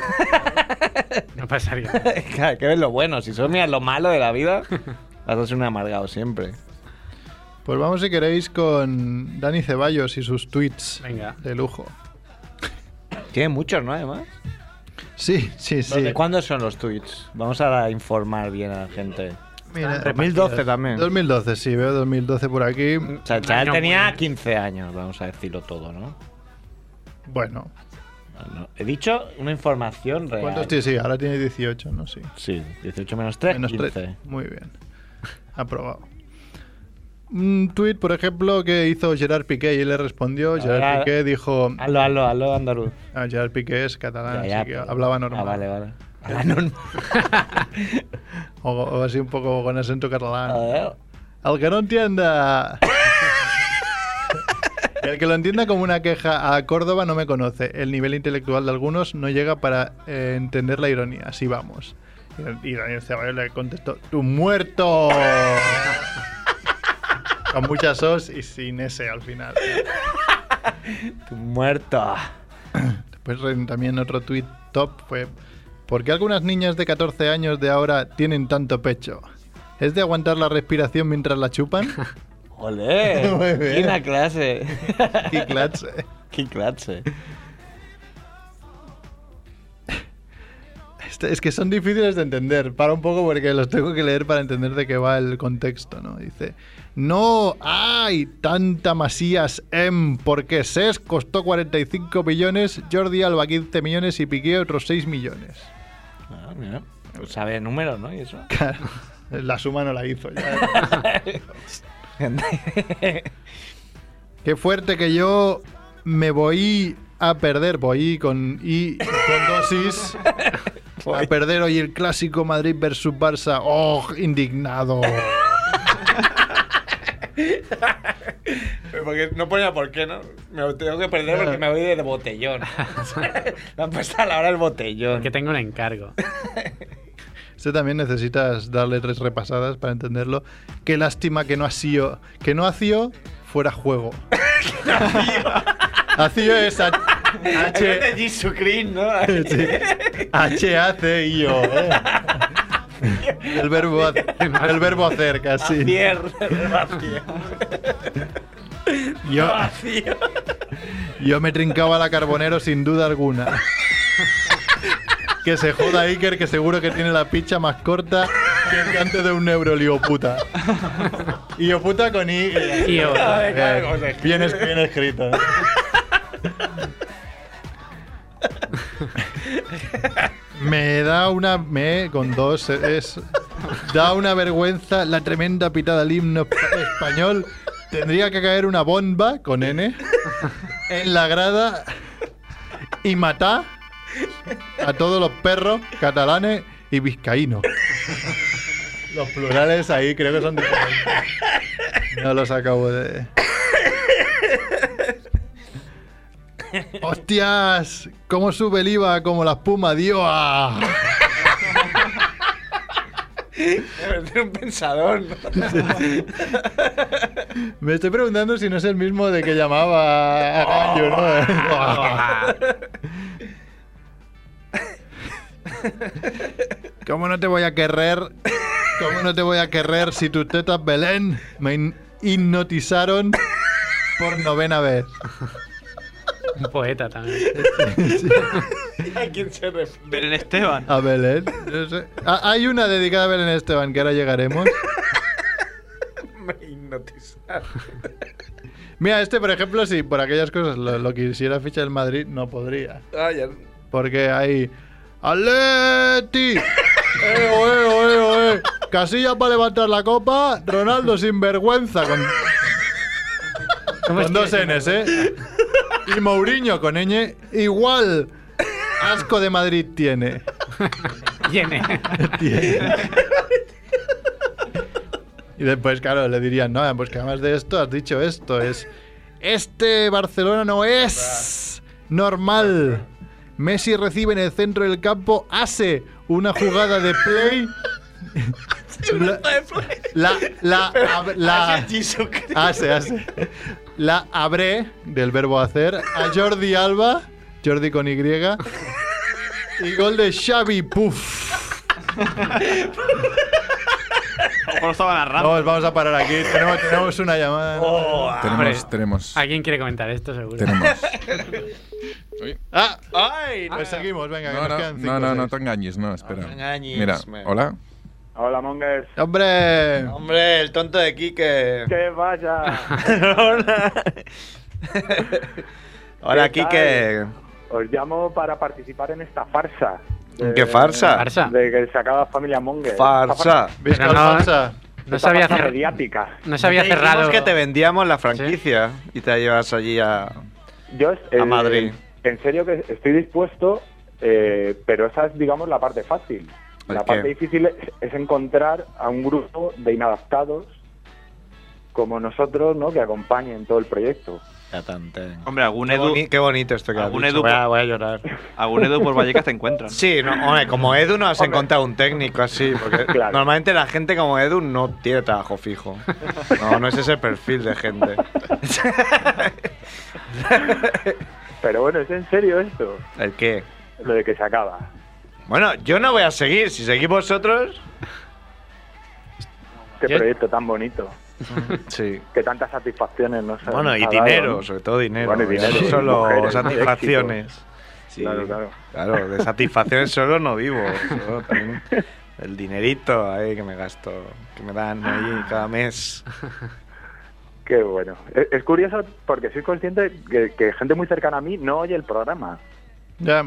[SPEAKER 2] No pasaría.
[SPEAKER 1] Claro, hay que ver lo bueno. Si solo miras lo malo de la vida, vas a ser un amargado siempre.
[SPEAKER 4] Pues vamos, si queréis, con Dani Ceballos y sus tweets
[SPEAKER 2] Venga.
[SPEAKER 4] de lujo.
[SPEAKER 1] Tiene muchos, ¿no? Además.
[SPEAKER 4] Sí, sí, sí.
[SPEAKER 1] ¿De cuándo son los tweets? Vamos a informar bien a la gente.
[SPEAKER 4] Mira,
[SPEAKER 1] 2012 también.
[SPEAKER 4] 2012, sí, veo 2012 por aquí.
[SPEAKER 1] O sea, el chaval
[SPEAKER 2] Año
[SPEAKER 1] tenía
[SPEAKER 2] bueno.
[SPEAKER 1] 15 años, vamos a decirlo todo, ¿no?
[SPEAKER 4] Bueno,
[SPEAKER 1] No, He dicho una información real.
[SPEAKER 4] ¿cuántos tiene? Sí, ahora tiene 18, ¿no? Sí.
[SPEAKER 1] Sí, 18 menos 3,
[SPEAKER 4] Menos
[SPEAKER 1] 15.
[SPEAKER 4] 13. Muy bien. Aprobado. Un tuit, por ejemplo, que hizo Gerard Piqué y él le respondió. Gerard
[SPEAKER 1] ah,
[SPEAKER 4] Piqué dijo.
[SPEAKER 1] Hazlo, hazlo, hazlo, andaluz.
[SPEAKER 4] Ah, Gerard Piqué es
[SPEAKER 1] Ya,
[SPEAKER 4] catalán,
[SPEAKER 1] ya,
[SPEAKER 4] así Ah, que
[SPEAKER 1] pero-
[SPEAKER 4] hablaba normal.
[SPEAKER 1] Ah, vale, vale. Habla normal.
[SPEAKER 4] O, o así un poco con acento catalán.
[SPEAKER 1] A ver.
[SPEAKER 4] Al que no entienda. El que lo entienda como una queja a Córdoba no me conoce. El nivel intelectual de algunos no llega para eh, entender la ironía. Así vamos. Y, y Daniel Ceballos le contestó: ¡Tú muerto! Con muchas os y sin ese al final.
[SPEAKER 1] Tú muerto.
[SPEAKER 4] Después re- también otro tweet top fue: ¿Por qué algunas niñas de 14 años de ahora tienen tanto pecho? ¿Es de aguantar la respiración mientras la chupan?
[SPEAKER 1] Olé.
[SPEAKER 4] Muy bien.
[SPEAKER 1] ¡Qué una clase!
[SPEAKER 4] ¡Qué clase!
[SPEAKER 1] ¡Qué clase!
[SPEAKER 4] Este, Es que son difíciles de entender. Para un poco porque los tengo que leer para entender de qué va el contexto, ¿no? Dice, no hay tanta masías M porque SES costó 45 millones, Jordi Alba 15 millones y Piqué otros 6 millones.
[SPEAKER 1] Ah, mira. Pues Sabe números, ¿no? Y eso.
[SPEAKER 4] Claro, la suma no la hizo ya. ¿eh? Qué fuerte que yo me voy a perder, voy con I con dosis. A perder hoy el clásico Madrid versus Barça. ¡Oh, indignado!
[SPEAKER 1] Eh, Porque no ponía por qué, ¿no? Me lo tengo que perder porque me voy del botellón. Me han puesto a la hora el botellón.
[SPEAKER 2] Que tengo un encargo.
[SPEAKER 4] Este también necesitas darle tres repasadas para entenderlo. Qué lástima que no ha sido. Que no ha sido fuera juego. Ha sido es H-
[SPEAKER 1] Es
[SPEAKER 4] H.
[SPEAKER 1] de Jesus Christ, ¿no?
[SPEAKER 4] H A C I O. eh. El verbo, ha- el verbo hacer casi.
[SPEAKER 1] Acier, vacío.
[SPEAKER 4] Yo,
[SPEAKER 1] Vacío.
[SPEAKER 4] yo me trincaba la Carbonero sin duda alguna. Que se joda Iker, que seguro que tiene la picha más corta que el cante de un euro, lío puta. Lío puta con I.
[SPEAKER 2] Y yo,
[SPEAKER 1] Ay, claro,
[SPEAKER 4] Bien,
[SPEAKER 1] como se-
[SPEAKER 4] Eh, bien es- bien escrito. ¿eh? Me da una. Me con dos. Es, da una vergüenza la tremenda pitada al himno espa- español. Tendría que caer una bomba con N en la grada y matar a todos los perros catalanes y vizcaínos. Los plurales ahí creo que son diferentes. No los acabo de. ¡Hostias! ¿Cómo sube el IVA como la espuma? ¡Dios! ¡Ah!
[SPEAKER 1] Eres un pensador. ¿no?
[SPEAKER 4] Me estoy preguntando si no es el mismo de que llamaba a Gallo, ¿no? ¿Cómo no te voy a querer? ¿Cómo no te voy a querer si tus tetas Belén me hin- hipnotizaron por novena vez?
[SPEAKER 2] un poeta también.
[SPEAKER 1] ¿A quién se refiere?
[SPEAKER 6] Belén Esteban.
[SPEAKER 4] A Belén. no sé. Ah, Hay una dedicada a Belén Esteban, que ahora llegaremos.
[SPEAKER 1] Me hipnotizaron.
[SPEAKER 4] Mira, este, por ejemplo, si por aquellas cosas lo, lo quisiera fichar el Madrid, no podría.
[SPEAKER 1] Ah, ya.
[SPEAKER 4] Porque hay. Eh, ¡Aleti! ¡Eo, eo, eo, eo! Casilla para levantar la copa, Ronaldo sin vergüenza con,
[SPEAKER 2] ¿Cómo es
[SPEAKER 4] con
[SPEAKER 2] que-
[SPEAKER 4] dos Ns, ¿eh? Y Mourinho con ñ, igual asco de Madrid tiene.
[SPEAKER 2] Llene.
[SPEAKER 4] Y después, claro, le dirían, no, pues que además de esto has dicho esto, es... Este Barcelona no es normal. Messi recibe en el centro del campo, hace una jugada de play. La, la, la, ab- la, hace, hace. La abre, del verbo hacer, a Jordi Alba, Jordi con Y, y gol de Xavi, puff.
[SPEAKER 6] ¿Cómo lo estaba narrando?
[SPEAKER 4] Vamos, vamos a parar aquí. Tenemos, tenemos una llamada.
[SPEAKER 3] Ah, Tenemos, tenemos.
[SPEAKER 2] Alguien quiere comentar esto, seguro.
[SPEAKER 3] Tenemos.
[SPEAKER 4] Ah,
[SPEAKER 1] ¡Ay!
[SPEAKER 4] pues seguimos, venga,
[SPEAKER 3] No,
[SPEAKER 4] que nos
[SPEAKER 3] no,
[SPEAKER 4] quedan
[SPEAKER 3] no,
[SPEAKER 4] cinco
[SPEAKER 3] no,
[SPEAKER 4] o
[SPEAKER 3] no te
[SPEAKER 4] seis.
[SPEAKER 3] engañes, no, espera.
[SPEAKER 1] No te engañes,
[SPEAKER 3] Mira,
[SPEAKER 1] man.
[SPEAKER 3] hola.
[SPEAKER 8] Hola, Mongers.
[SPEAKER 4] ¡Hombre!
[SPEAKER 1] Hombre, el tonto de Quique.
[SPEAKER 8] ¡Que Eh, vaya!
[SPEAKER 1] Hola. Hola,
[SPEAKER 8] ¿Qué tal?
[SPEAKER 1] Quique.
[SPEAKER 8] Os llamo para participar en esta farsa. de-
[SPEAKER 1] ¿Qué farsa?
[SPEAKER 2] Barça.
[SPEAKER 8] De que se acaba Familia Monger.
[SPEAKER 1] Farsa.
[SPEAKER 4] ¿Veis que
[SPEAKER 2] Pero no,
[SPEAKER 4] Alfonso?
[SPEAKER 2] No se había, cer-
[SPEAKER 8] mediática.
[SPEAKER 2] no se había
[SPEAKER 1] Te dijimos
[SPEAKER 2] cerrado.
[SPEAKER 1] que te vendíamos la franquicia y te llevas allí a.
[SPEAKER 8] Yo eh,
[SPEAKER 1] A Madrid.
[SPEAKER 8] En serio que estoy dispuesto, eh, pero esa es, digamos, la parte fácil.
[SPEAKER 1] ¿El
[SPEAKER 8] La
[SPEAKER 1] qué?
[SPEAKER 8] parte difícil es, es encontrar a un grupo de inadaptados como nosotros, ¿no? Que acompañen todo el proyecto.
[SPEAKER 1] Ya eh. tan- tan.
[SPEAKER 6] Hombre, algún
[SPEAKER 1] Qué,
[SPEAKER 6] Edu,
[SPEAKER 1] boni- qué bonito esto que has
[SPEAKER 6] algún
[SPEAKER 1] dicho.
[SPEAKER 6] Edu-
[SPEAKER 1] Voy, a, voy a llorar.
[SPEAKER 6] algún Edu por Vallecas te encuentran.
[SPEAKER 1] Sí, no, hombre, como Edu no has
[SPEAKER 8] Hombre.
[SPEAKER 1] encontrado un técnico así. Porque
[SPEAKER 8] Claro.
[SPEAKER 1] normalmente la gente como Edu no tiene trabajo fijo. No, no es ese perfil de gente.
[SPEAKER 8] Pero bueno, es en serio esto,
[SPEAKER 1] ¿El qué?
[SPEAKER 8] lo de que se acaba.
[SPEAKER 1] Bueno, yo no voy a seguir. Si seguís vosotros.
[SPEAKER 8] Este
[SPEAKER 2] Yo-
[SPEAKER 8] proyecto tan bonito,
[SPEAKER 1] Sí.
[SPEAKER 8] que tantas satisfacciones nos ha-
[SPEAKER 1] Bueno, y
[SPEAKER 8] ha dado,
[SPEAKER 1] dinero,
[SPEAKER 8] ¿no?
[SPEAKER 1] sobre todo dinero.
[SPEAKER 8] Bueno, y dinero,
[SPEAKER 1] No
[SPEAKER 8] y
[SPEAKER 1] solo
[SPEAKER 8] mujeres,
[SPEAKER 1] satisfacciones. Sí,
[SPEAKER 8] Claro, claro.
[SPEAKER 1] Claro, de satisfacciones solo no vivo. yo también el dinerito ahí que me gasto, que me dan ahí cada mes.
[SPEAKER 9] Qué bueno. Es, es curioso porque soy consciente que, que gente muy cercana a mí no oye el programa.
[SPEAKER 4] Ya.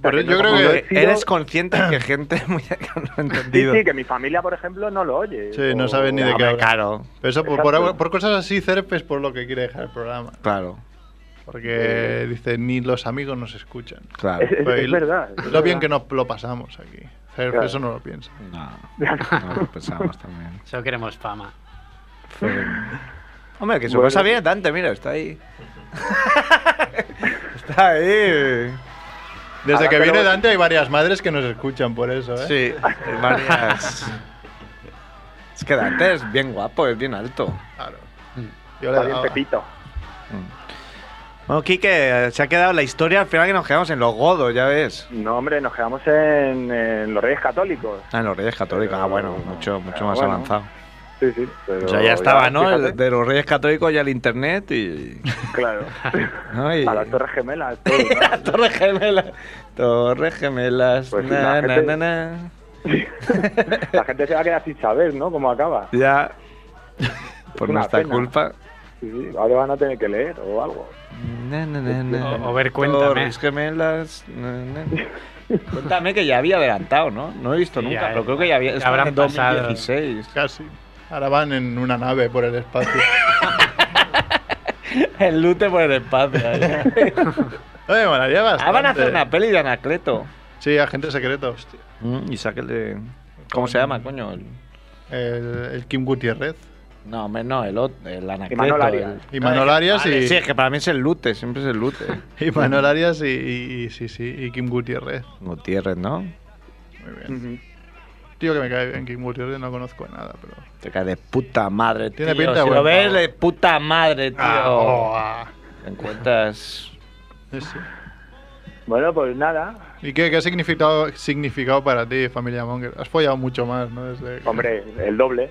[SPEAKER 4] Pero
[SPEAKER 9] que
[SPEAKER 4] yo
[SPEAKER 9] no-
[SPEAKER 4] creo
[SPEAKER 9] no
[SPEAKER 4] que.
[SPEAKER 9] he sido-
[SPEAKER 1] Eres consciente que gente muy que no ha
[SPEAKER 9] Sí,
[SPEAKER 1] entendido.
[SPEAKER 9] sí, que mi familia, por ejemplo, no lo oye.
[SPEAKER 4] Sí, no saben ni de qué
[SPEAKER 1] Hombre,
[SPEAKER 4] hablar.
[SPEAKER 1] claro,
[SPEAKER 4] Pero eso por, por,
[SPEAKER 9] Exacto.
[SPEAKER 4] algo- por cosas así, Cerp es por lo que quiere dejar el programa.
[SPEAKER 1] claro,
[SPEAKER 4] Porque dice, ni los amigos nos escuchan.
[SPEAKER 1] claro.
[SPEAKER 9] Es, es-
[SPEAKER 4] Pero
[SPEAKER 9] es
[SPEAKER 4] y lo-
[SPEAKER 9] verdad. es
[SPEAKER 4] Lo bien
[SPEAKER 9] verdad.
[SPEAKER 4] que nos lo pasamos aquí. Cerp
[SPEAKER 9] Claro.
[SPEAKER 4] eso no lo piensa.
[SPEAKER 1] No, no lo pensamos también.
[SPEAKER 2] Solo queremos fama.
[SPEAKER 1] Hombre, que su cosa viene tanto, mira, está ahí. está ahí.
[SPEAKER 4] Desde
[SPEAKER 9] Ahora
[SPEAKER 4] que
[SPEAKER 9] que
[SPEAKER 4] viene
[SPEAKER 9] lo-
[SPEAKER 4] Dante hay varias madres que nos escuchan por eso, ¿eh?
[SPEAKER 1] Sí, hay varias. Es que Dante es bien guapo, es bien alto.
[SPEAKER 4] Claro.
[SPEAKER 2] Mm.
[SPEAKER 4] Yo le
[SPEAKER 9] Está bien
[SPEAKER 4] daba.
[SPEAKER 9] Pepito.
[SPEAKER 1] Bueno, Quique, se ha quedado la historia al final que nos quedamos en los godos, ya ves.
[SPEAKER 9] No, hombre, nos quedamos en,
[SPEAKER 8] eh,
[SPEAKER 9] en los Reyes Católicos.
[SPEAKER 1] Ah, en los Reyes Católicos. Ah, bueno, mucho, mucho
[SPEAKER 9] Pero
[SPEAKER 1] más
[SPEAKER 9] bueno.
[SPEAKER 1] avanzado.
[SPEAKER 9] Sí, sí. pero
[SPEAKER 1] O sea, ya estaba, ¿no?
[SPEAKER 9] fíjate,
[SPEAKER 1] El- de los Reyes Católicos ya el internet y.
[SPEAKER 9] Claro.
[SPEAKER 1] ¿no? Y-
[SPEAKER 9] A las Torres Gemelas. Pues, todo, ¿no?
[SPEAKER 1] Torres Gemelas. Torres Gemelas.
[SPEAKER 9] Pues sí,
[SPEAKER 1] na,
[SPEAKER 9] la
[SPEAKER 1] na, na,
[SPEAKER 9] gente-
[SPEAKER 1] na.
[SPEAKER 9] La gente se va a quedar sin saber, ¿no? Cómo acaba.
[SPEAKER 1] Ya. Por
[SPEAKER 9] una
[SPEAKER 1] nuestra
[SPEAKER 9] pena.
[SPEAKER 1] culpa.
[SPEAKER 9] Sí, sí. Ahora van a tener que leer o algo.
[SPEAKER 1] Na, na, na, na.
[SPEAKER 2] O- o ver, cuéntame.
[SPEAKER 1] Torres Gemelas. na, na. Cuéntame que ya había adelantado, ¿no? No he visto
[SPEAKER 2] Sí,
[SPEAKER 1] nunca,
[SPEAKER 2] ya-
[SPEAKER 1] pero creo que ya había.
[SPEAKER 2] ya
[SPEAKER 1] estaba
[SPEAKER 2] habrán
[SPEAKER 1] en 2016.
[SPEAKER 4] Casi. Ahora van en una nave por el espacio.
[SPEAKER 1] El lute por el espacio. ahí.
[SPEAKER 4] Oye, molaría
[SPEAKER 1] Ah, van a hacer una
[SPEAKER 4] bastante.
[SPEAKER 1] peli de Anacleto.
[SPEAKER 4] Sí, agente secreto. Hostia.
[SPEAKER 1] Mm, y saque el de. ¿Cómo se llama, coño? El-
[SPEAKER 4] El, el Kim Gutiérrez.
[SPEAKER 1] No, hombre, no, el, ot- el Anacleto.
[SPEAKER 9] Imanol
[SPEAKER 1] el-
[SPEAKER 9] Arias.
[SPEAKER 4] Y Manol Arias
[SPEAKER 1] Ah, Vale,
[SPEAKER 4] y,
[SPEAKER 1] Sí, es que para mí es el lute, siempre es el lute.
[SPEAKER 4] y Manol Arias y, y- y- sí, sí, y Kim Gutiérrez.
[SPEAKER 1] Gutiérrez, ¿no?
[SPEAKER 4] Muy bien. Tío que me cae bien, Kim Gutiérrez no conozco nada, pero.
[SPEAKER 1] Te cae de puta madre, tío.
[SPEAKER 4] Tiene pinta de
[SPEAKER 1] si
[SPEAKER 4] buen
[SPEAKER 1] lo ves,
[SPEAKER 4] pavo.
[SPEAKER 1] de puta madre, tío.
[SPEAKER 4] oh, ah.
[SPEAKER 1] Te encuentras...
[SPEAKER 4] Sí, sí.
[SPEAKER 9] Bueno, pues nada.
[SPEAKER 4] ¿Y qué, qué ha significado, significado para ti, familia Monger? Has follado mucho más, ¿no? Desde que-
[SPEAKER 9] Hombre, el doble.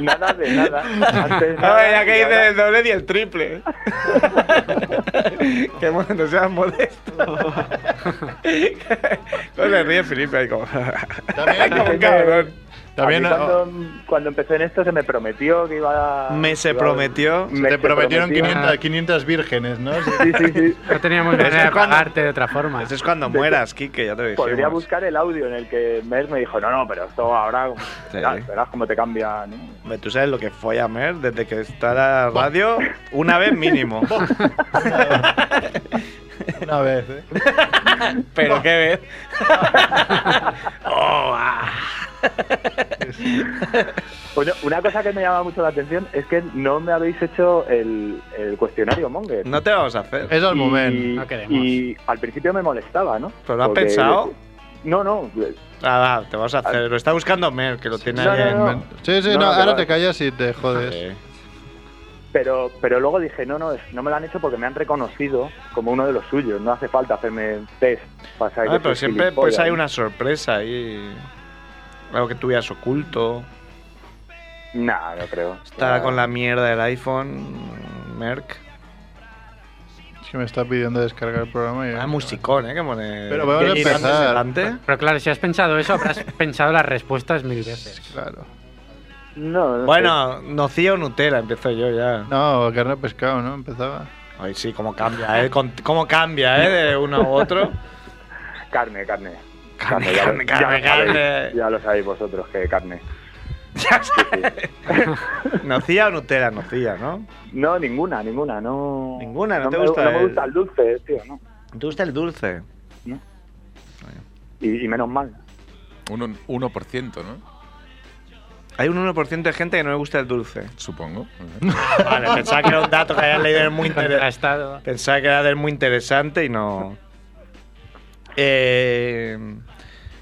[SPEAKER 9] nada de nada. Antes nada, y ahora-
[SPEAKER 1] doble y el triple. que bueno, no seas modesto. no le ríe Felipe ahí como...
[SPEAKER 4] También,
[SPEAKER 9] Como un cabrón.
[SPEAKER 4] también
[SPEAKER 9] A mí cuando, cuando empecé en esto se me prometió que iba a...
[SPEAKER 1] Me se
[SPEAKER 9] iba a-
[SPEAKER 1] prometió.
[SPEAKER 9] me
[SPEAKER 4] te
[SPEAKER 9] se
[SPEAKER 4] prometieron
[SPEAKER 9] prometió.
[SPEAKER 4] 500, 500 vírgenes, ¿no? Sí.
[SPEAKER 9] Sí, sí, sí.
[SPEAKER 2] No teníamos manera de
[SPEAKER 1] cuando-
[SPEAKER 2] pagarte de otra forma.
[SPEAKER 1] Eso es cuando mueras, Kike, ya te lo dijimos.
[SPEAKER 9] Podría buscar el audio en el que Mer me dijo, no, no, pero esto ahora
[SPEAKER 4] Ah,
[SPEAKER 9] ya verás cómo te cambia. ¿no?
[SPEAKER 1] Hombre, Tú sabes lo que folla Mer desde que está la radio, una vez mínimo.
[SPEAKER 4] Una vez, ¿eh?
[SPEAKER 1] Pero qué vez.
[SPEAKER 9] Bueno, una cosa que me llama mucho la atención es que no me habéis hecho el, el cuestionario, Monger.
[SPEAKER 1] No te vamos a hacer.
[SPEAKER 4] Es el
[SPEAKER 9] Y-
[SPEAKER 4] momento.
[SPEAKER 2] no queremos.
[SPEAKER 9] Y al principio me molestaba, ¿no?
[SPEAKER 1] ¿Pero lo has
[SPEAKER 9] Porque-
[SPEAKER 1] pensado?
[SPEAKER 9] No, no.
[SPEAKER 1] Ah, va, te vas a hacer. Lo está buscando Mer, que lo tiene
[SPEAKER 9] no,
[SPEAKER 1] ahí en
[SPEAKER 9] no, no.
[SPEAKER 1] mente.
[SPEAKER 4] Sí, sí,
[SPEAKER 9] No,
[SPEAKER 4] no,
[SPEAKER 9] no, que
[SPEAKER 4] ahora
[SPEAKER 9] va.
[SPEAKER 4] te callas y te jodes.
[SPEAKER 9] Pero, pero luego dije, no, no, es- no me lo han hecho porque me han reconocido como uno de los suyos. No hace falta hacerme test para saber
[SPEAKER 1] Ah,
[SPEAKER 9] que
[SPEAKER 1] pero
[SPEAKER 9] soy
[SPEAKER 1] siempre
[SPEAKER 9] gilipollas,
[SPEAKER 1] pues hay
[SPEAKER 9] ¿no?
[SPEAKER 1] una sorpresa ahí. Algo que tuvieras oculto.
[SPEAKER 9] Nah, no creo.
[SPEAKER 1] Está
[SPEAKER 9] Ya.
[SPEAKER 1] con la mierda del iPhone. Merck.
[SPEAKER 4] Es que me está pidiendo descargar el programa. Y...
[SPEAKER 1] Ah, musicón, ¿eh? Que pone.
[SPEAKER 4] Pero vamos a
[SPEAKER 1] ¿Qué girantes
[SPEAKER 4] empezar.
[SPEAKER 1] delante?
[SPEAKER 2] Pero claro, si has pensado eso, habrás pensado las respuestas mil veces.
[SPEAKER 4] Claro.
[SPEAKER 9] No, no
[SPEAKER 1] Bueno, nocilla o Nutella, empiezo yo ya.
[SPEAKER 4] No, carne de pescado, ¿no? Empezaba.
[SPEAKER 1] Ay, sí, cómo cambia, ¿eh? Con- Cómo cambia, ¿eh? De uno a otro.
[SPEAKER 9] sé. Carne, carne.
[SPEAKER 1] Carne,
[SPEAKER 9] ya lo-
[SPEAKER 1] carne, carne,
[SPEAKER 9] ya lo sabéis,
[SPEAKER 1] carne.
[SPEAKER 9] ya lo sabéis vosotros que carne.
[SPEAKER 1] ¿Nocilla o Nutella? Nocilla, ¿no?
[SPEAKER 9] No, ninguna, ninguna, no.
[SPEAKER 1] Ninguna, ¿no te
[SPEAKER 9] me-
[SPEAKER 1] gusta
[SPEAKER 9] No me
[SPEAKER 1] el-
[SPEAKER 9] gusta el dulce, tío, no.
[SPEAKER 1] ¿Te gusta el dulce?
[SPEAKER 9] Y, y menos mal.
[SPEAKER 3] Un, un 1%, ¿no?
[SPEAKER 1] Hay un 1% de gente que no le gusta el dulce.
[SPEAKER 3] Supongo.
[SPEAKER 1] Vale, pensaba que era un dato que habías leído en el muy interesante.
[SPEAKER 2] Contrastado.
[SPEAKER 1] Pensaba que era del muy interesante y no. Eh,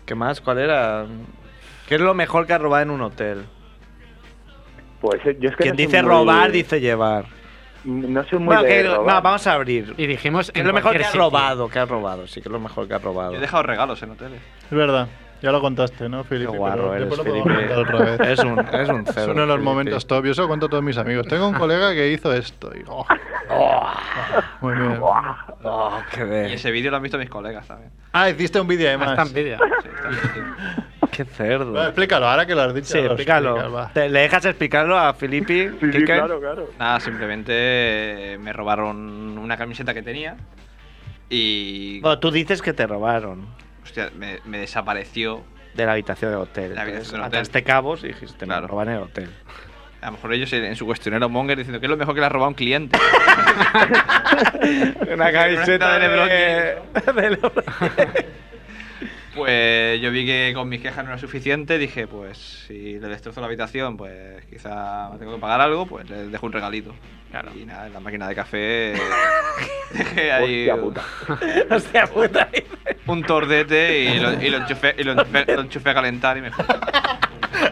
[SPEAKER 1] ¿Qué más? ¿Cuál era? ¿Qué es lo mejor que has robado en un hotel?
[SPEAKER 9] Pues eh, yo es que.
[SPEAKER 1] Quien
[SPEAKER 9] no soy
[SPEAKER 1] dice
[SPEAKER 9] muy-
[SPEAKER 1] robar, dice llevar.
[SPEAKER 9] No soy muy.
[SPEAKER 1] Bueno,
[SPEAKER 9] de
[SPEAKER 1] que- no,
[SPEAKER 9] robar.
[SPEAKER 1] vamos a abrir.
[SPEAKER 2] Y dijimos
[SPEAKER 1] ¿Qué es lo mejor que
[SPEAKER 2] cualquier
[SPEAKER 1] has
[SPEAKER 2] sitio.
[SPEAKER 1] robado? ¿Qué has robado? Sí, que es lo mejor que has robado.
[SPEAKER 6] Yo he dejado regalos en hoteles.
[SPEAKER 4] Es verdad. Ya lo contaste, ¿no, Felipe?
[SPEAKER 6] guarro
[SPEAKER 4] Pero
[SPEAKER 6] eres,
[SPEAKER 4] después lo podemos
[SPEAKER 6] Felipe.
[SPEAKER 4] contar otra vez.
[SPEAKER 6] Eres un- eres un
[SPEAKER 4] Es
[SPEAKER 6] cerdo,
[SPEAKER 4] uno de los
[SPEAKER 6] Felipe.
[SPEAKER 4] momentos top. Yo se lo cuento a todos mis amigos. Tengo un colega que hizo esto. Y, oh, muy bien.
[SPEAKER 1] Oh,
[SPEAKER 4] Eh.
[SPEAKER 6] Y ese vídeo lo han visto mis colegas también.
[SPEAKER 4] Ah, hiciste un vídeo además.
[SPEAKER 2] Hasta envidia.
[SPEAKER 1] Qué cerdo.
[SPEAKER 4] Va, explícalo, ahora que lo has dicho.
[SPEAKER 1] Sí,
[SPEAKER 4] lo explicas,
[SPEAKER 1] explícalo.
[SPEAKER 4] va.
[SPEAKER 1] Te- ¿Le dejas explicarlo a Filippi? Kike?
[SPEAKER 9] claro.
[SPEAKER 6] Nada, simplemente eh, me robaron una camiseta que tenía y.
[SPEAKER 1] Bueno, tú dices que te robaron
[SPEAKER 6] Hostia, me, me desapareció.
[SPEAKER 1] de la habitación del hotel.
[SPEAKER 6] La habitación
[SPEAKER 1] Entonces,
[SPEAKER 6] del hotel.
[SPEAKER 1] Ataste cabos y dijiste, me roban en el hotel.
[SPEAKER 6] A lo mejor ellos en en su cuestionario Monger diciendo que es lo mejor que le ha robado un cliente.
[SPEAKER 1] Una camiseta
[SPEAKER 6] de
[SPEAKER 1] de
[SPEAKER 6] LeBron
[SPEAKER 1] de LeBron.
[SPEAKER 6] Pues yo vi que con mis quejas no era suficiente, dije, pues si le destrozo la habitación, pues quizá tengo que pagar algo, pues le dejo un regalito. Y nada, en la máquina de café dejé ahí
[SPEAKER 9] Hostia
[SPEAKER 6] un,
[SPEAKER 9] puta.
[SPEAKER 1] Hostia puta.
[SPEAKER 6] un tordete y lo, y lo enchufé, y lo enchufé- lo enchufé a calentar y me fui.
[SPEAKER 4] Ah,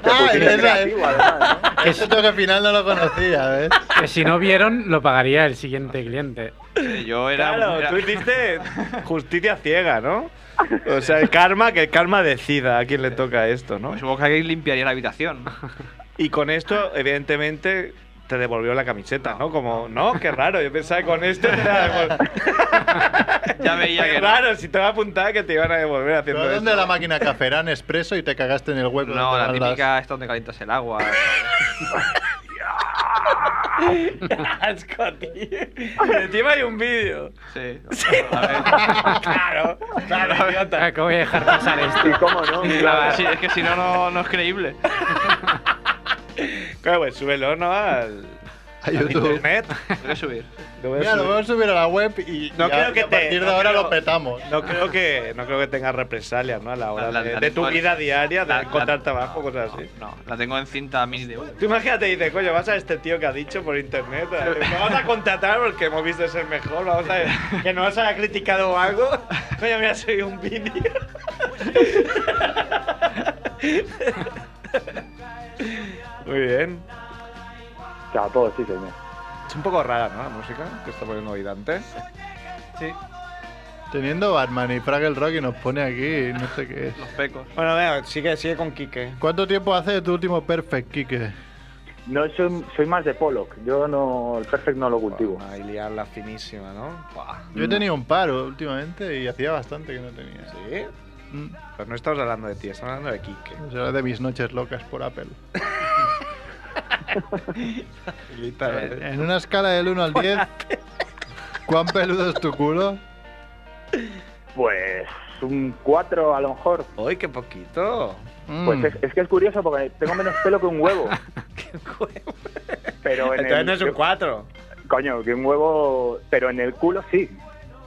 [SPEAKER 9] Pues
[SPEAKER 4] es
[SPEAKER 9] sí, es
[SPEAKER 4] verdad.
[SPEAKER 9] creativo, además, ¿no?
[SPEAKER 4] Ese toque final no lo conocía, ¿ves?
[SPEAKER 2] Que si no vieron, lo pagaría el siguiente cliente.
[SPEAKER 6] Eh, Yo era... un-
[SPEAKER 1] Claro,
[SPEAKER 6] era-
[SPEAKER 1] tú hiciste justicia ciega, ¿no? O sea, el karma, que el karma decida a quién le toca esto, ¿no?
[SPEAKER 6] pues supongo que alguien limpiaría la habitación.
[SPEAKER 1] Y con esto, evidentemente, te devolvió la camiseta, ¿no? Como, no, qué raro, yo pensaba que con esto te la devol-
[SPEAKER 6] Ya veía
[SPEAKER 1] Qué
[SPEAKER 6] que... no.
[SPEAKER 1] raro, si te va a apuntar que te iban a devolver haciendo
[SPEAKER 4] ¿Pero dónde
[SPEAKER 1] eso.
[SPEAKER 4] la máquina café? en expreso y te cagaste en el hueco?
[SPEAKER 6] No, la
[SPEAKER 4] donde van las-
[SPEAKER 6] típica es donde calientas el agua.
[SPEAKER 1] Asco, tío. Y encima hay un vídeo.
[SPEAKER 6] Sí. A ver.
[SPEAKER 1] Claro, claro, idiota.
[SPEAKER 2] Ah, que voy a dejar pasar esto.
[SPEAKER 9] Y cómo no.
[SPEAKER 6] Claro, sí, es que si no, no, no es creíble.
[SPEAKER 1] Claro, pues súbelo, ¿no? Al,
[SPEAKER 4] A
[SPEAKER 1] al
[SPEAKER 4] YouTube.
[SPEAKER 1] internet.
[SPEAKER 6] Tengo que subir.
[SPEAKER 1] Lo voy a
[SPEAKER 4] Mira, lo
[SPEAKER 1] subir.
[SPEAKER 4] vamos a subir a la web y,
[SPEAKER 1] No
[SPEAKER 4] y
[SPEAKER 1] creo
[SPEAKER 4] a,
[SPEAKER 1] que
[SPEAKER 4] y a
[SPEAKER 1] te-
[SPEAKER 4] partir de
[SPEAKER 1] no
[SPEAKER 4] ahora
[SPEAKER 1] creo-
[SPEAKER 4] lo petamos.
[SPEAKER 1] No creo que no creo que tengas represalias, ¿no? A la hora
[SPEAKER 6] La- la-
[SPEAKER 1] de,
[SPEAKER 6] la-
[SPEAKER 1] de tu
[SPEAKER 6] la-
[SPEAKER 1] vida diaria, de
[SPEAKER 6] la-
[SPEAKER 1] encontrar
[SPEAKER 6] la-
[SPEAKER 1] trabajo, cosas así.
[SPEAKER 6] No, la tengo en cinta mini DVD.
[SPEAKER 1] Tú imagínate y dices, coño, vas a este tío que ha dicho por internet. ¿eh? Lo vamos a contratar porque hemos visto ser mejor. Vamos a ver que no nos haya criticado algo. Coño, mira, soy un vídeo. Muy bien.
[SPEAKER 9] Chapo, sí, señor.
[SPEAKER 1] Es un poco rara, ¿no? La música que está poniendo hoy Dante.
[SPEAKER 6] Sí,
[SPEAKER 4] Teniendo Batman y Fraggle Rock y nos pone aquí, no sé qué es.
[SPEAKER 6] los pecos.
[SPEAKER 1] Bueno, venga, sigue, sigue con Quique.
[SPEAKER 4] ¿Cuánto tiempo hace de tu último perfect, Kike?
[SPEAKER 9] No, soy, soy más de Pollock. Yo no, el perfect no lo cultivo.
[SPEAKER 1] Una liarla finísima, ¿no? Buah.
[SPEAKER 9] Mm.
[SPEAKER 4] Yo he tenido un paro últimamente y hacía bastante que no tenía.
[SPEAKER 1] ¿Sí?
[SPEAKER 4] Mm.
[SPEAKER 1] Pero no estamos hablando de ti, estamos hablando de Quique.
[SPEAKER 4] Será de mis noches locas por Apple.
[SPEAKER 9] Eh,
[SPEAKER 1] Literalmente.
[SPEAKER 4] Eh, En una escala del 1 al 10, ¿cuán peludo es tu culo?
[SPEAKER 9] Pues un 4 a lo mejor.
[SPEAKER 1] eh, ¡Uy, qué poquito!
[SPEAKER 4] Mm.
[SPEAKER 9] Pues es, es que es curioso porque tengo menos pelo que un huevo. Pero en
[SPEAKER 1] Entonces
[SPEAKER 9] el,
[SPEAKER 1] no es un 4.
[SPEAKER 9] Coño, que un huevo. Pero en el culo sí.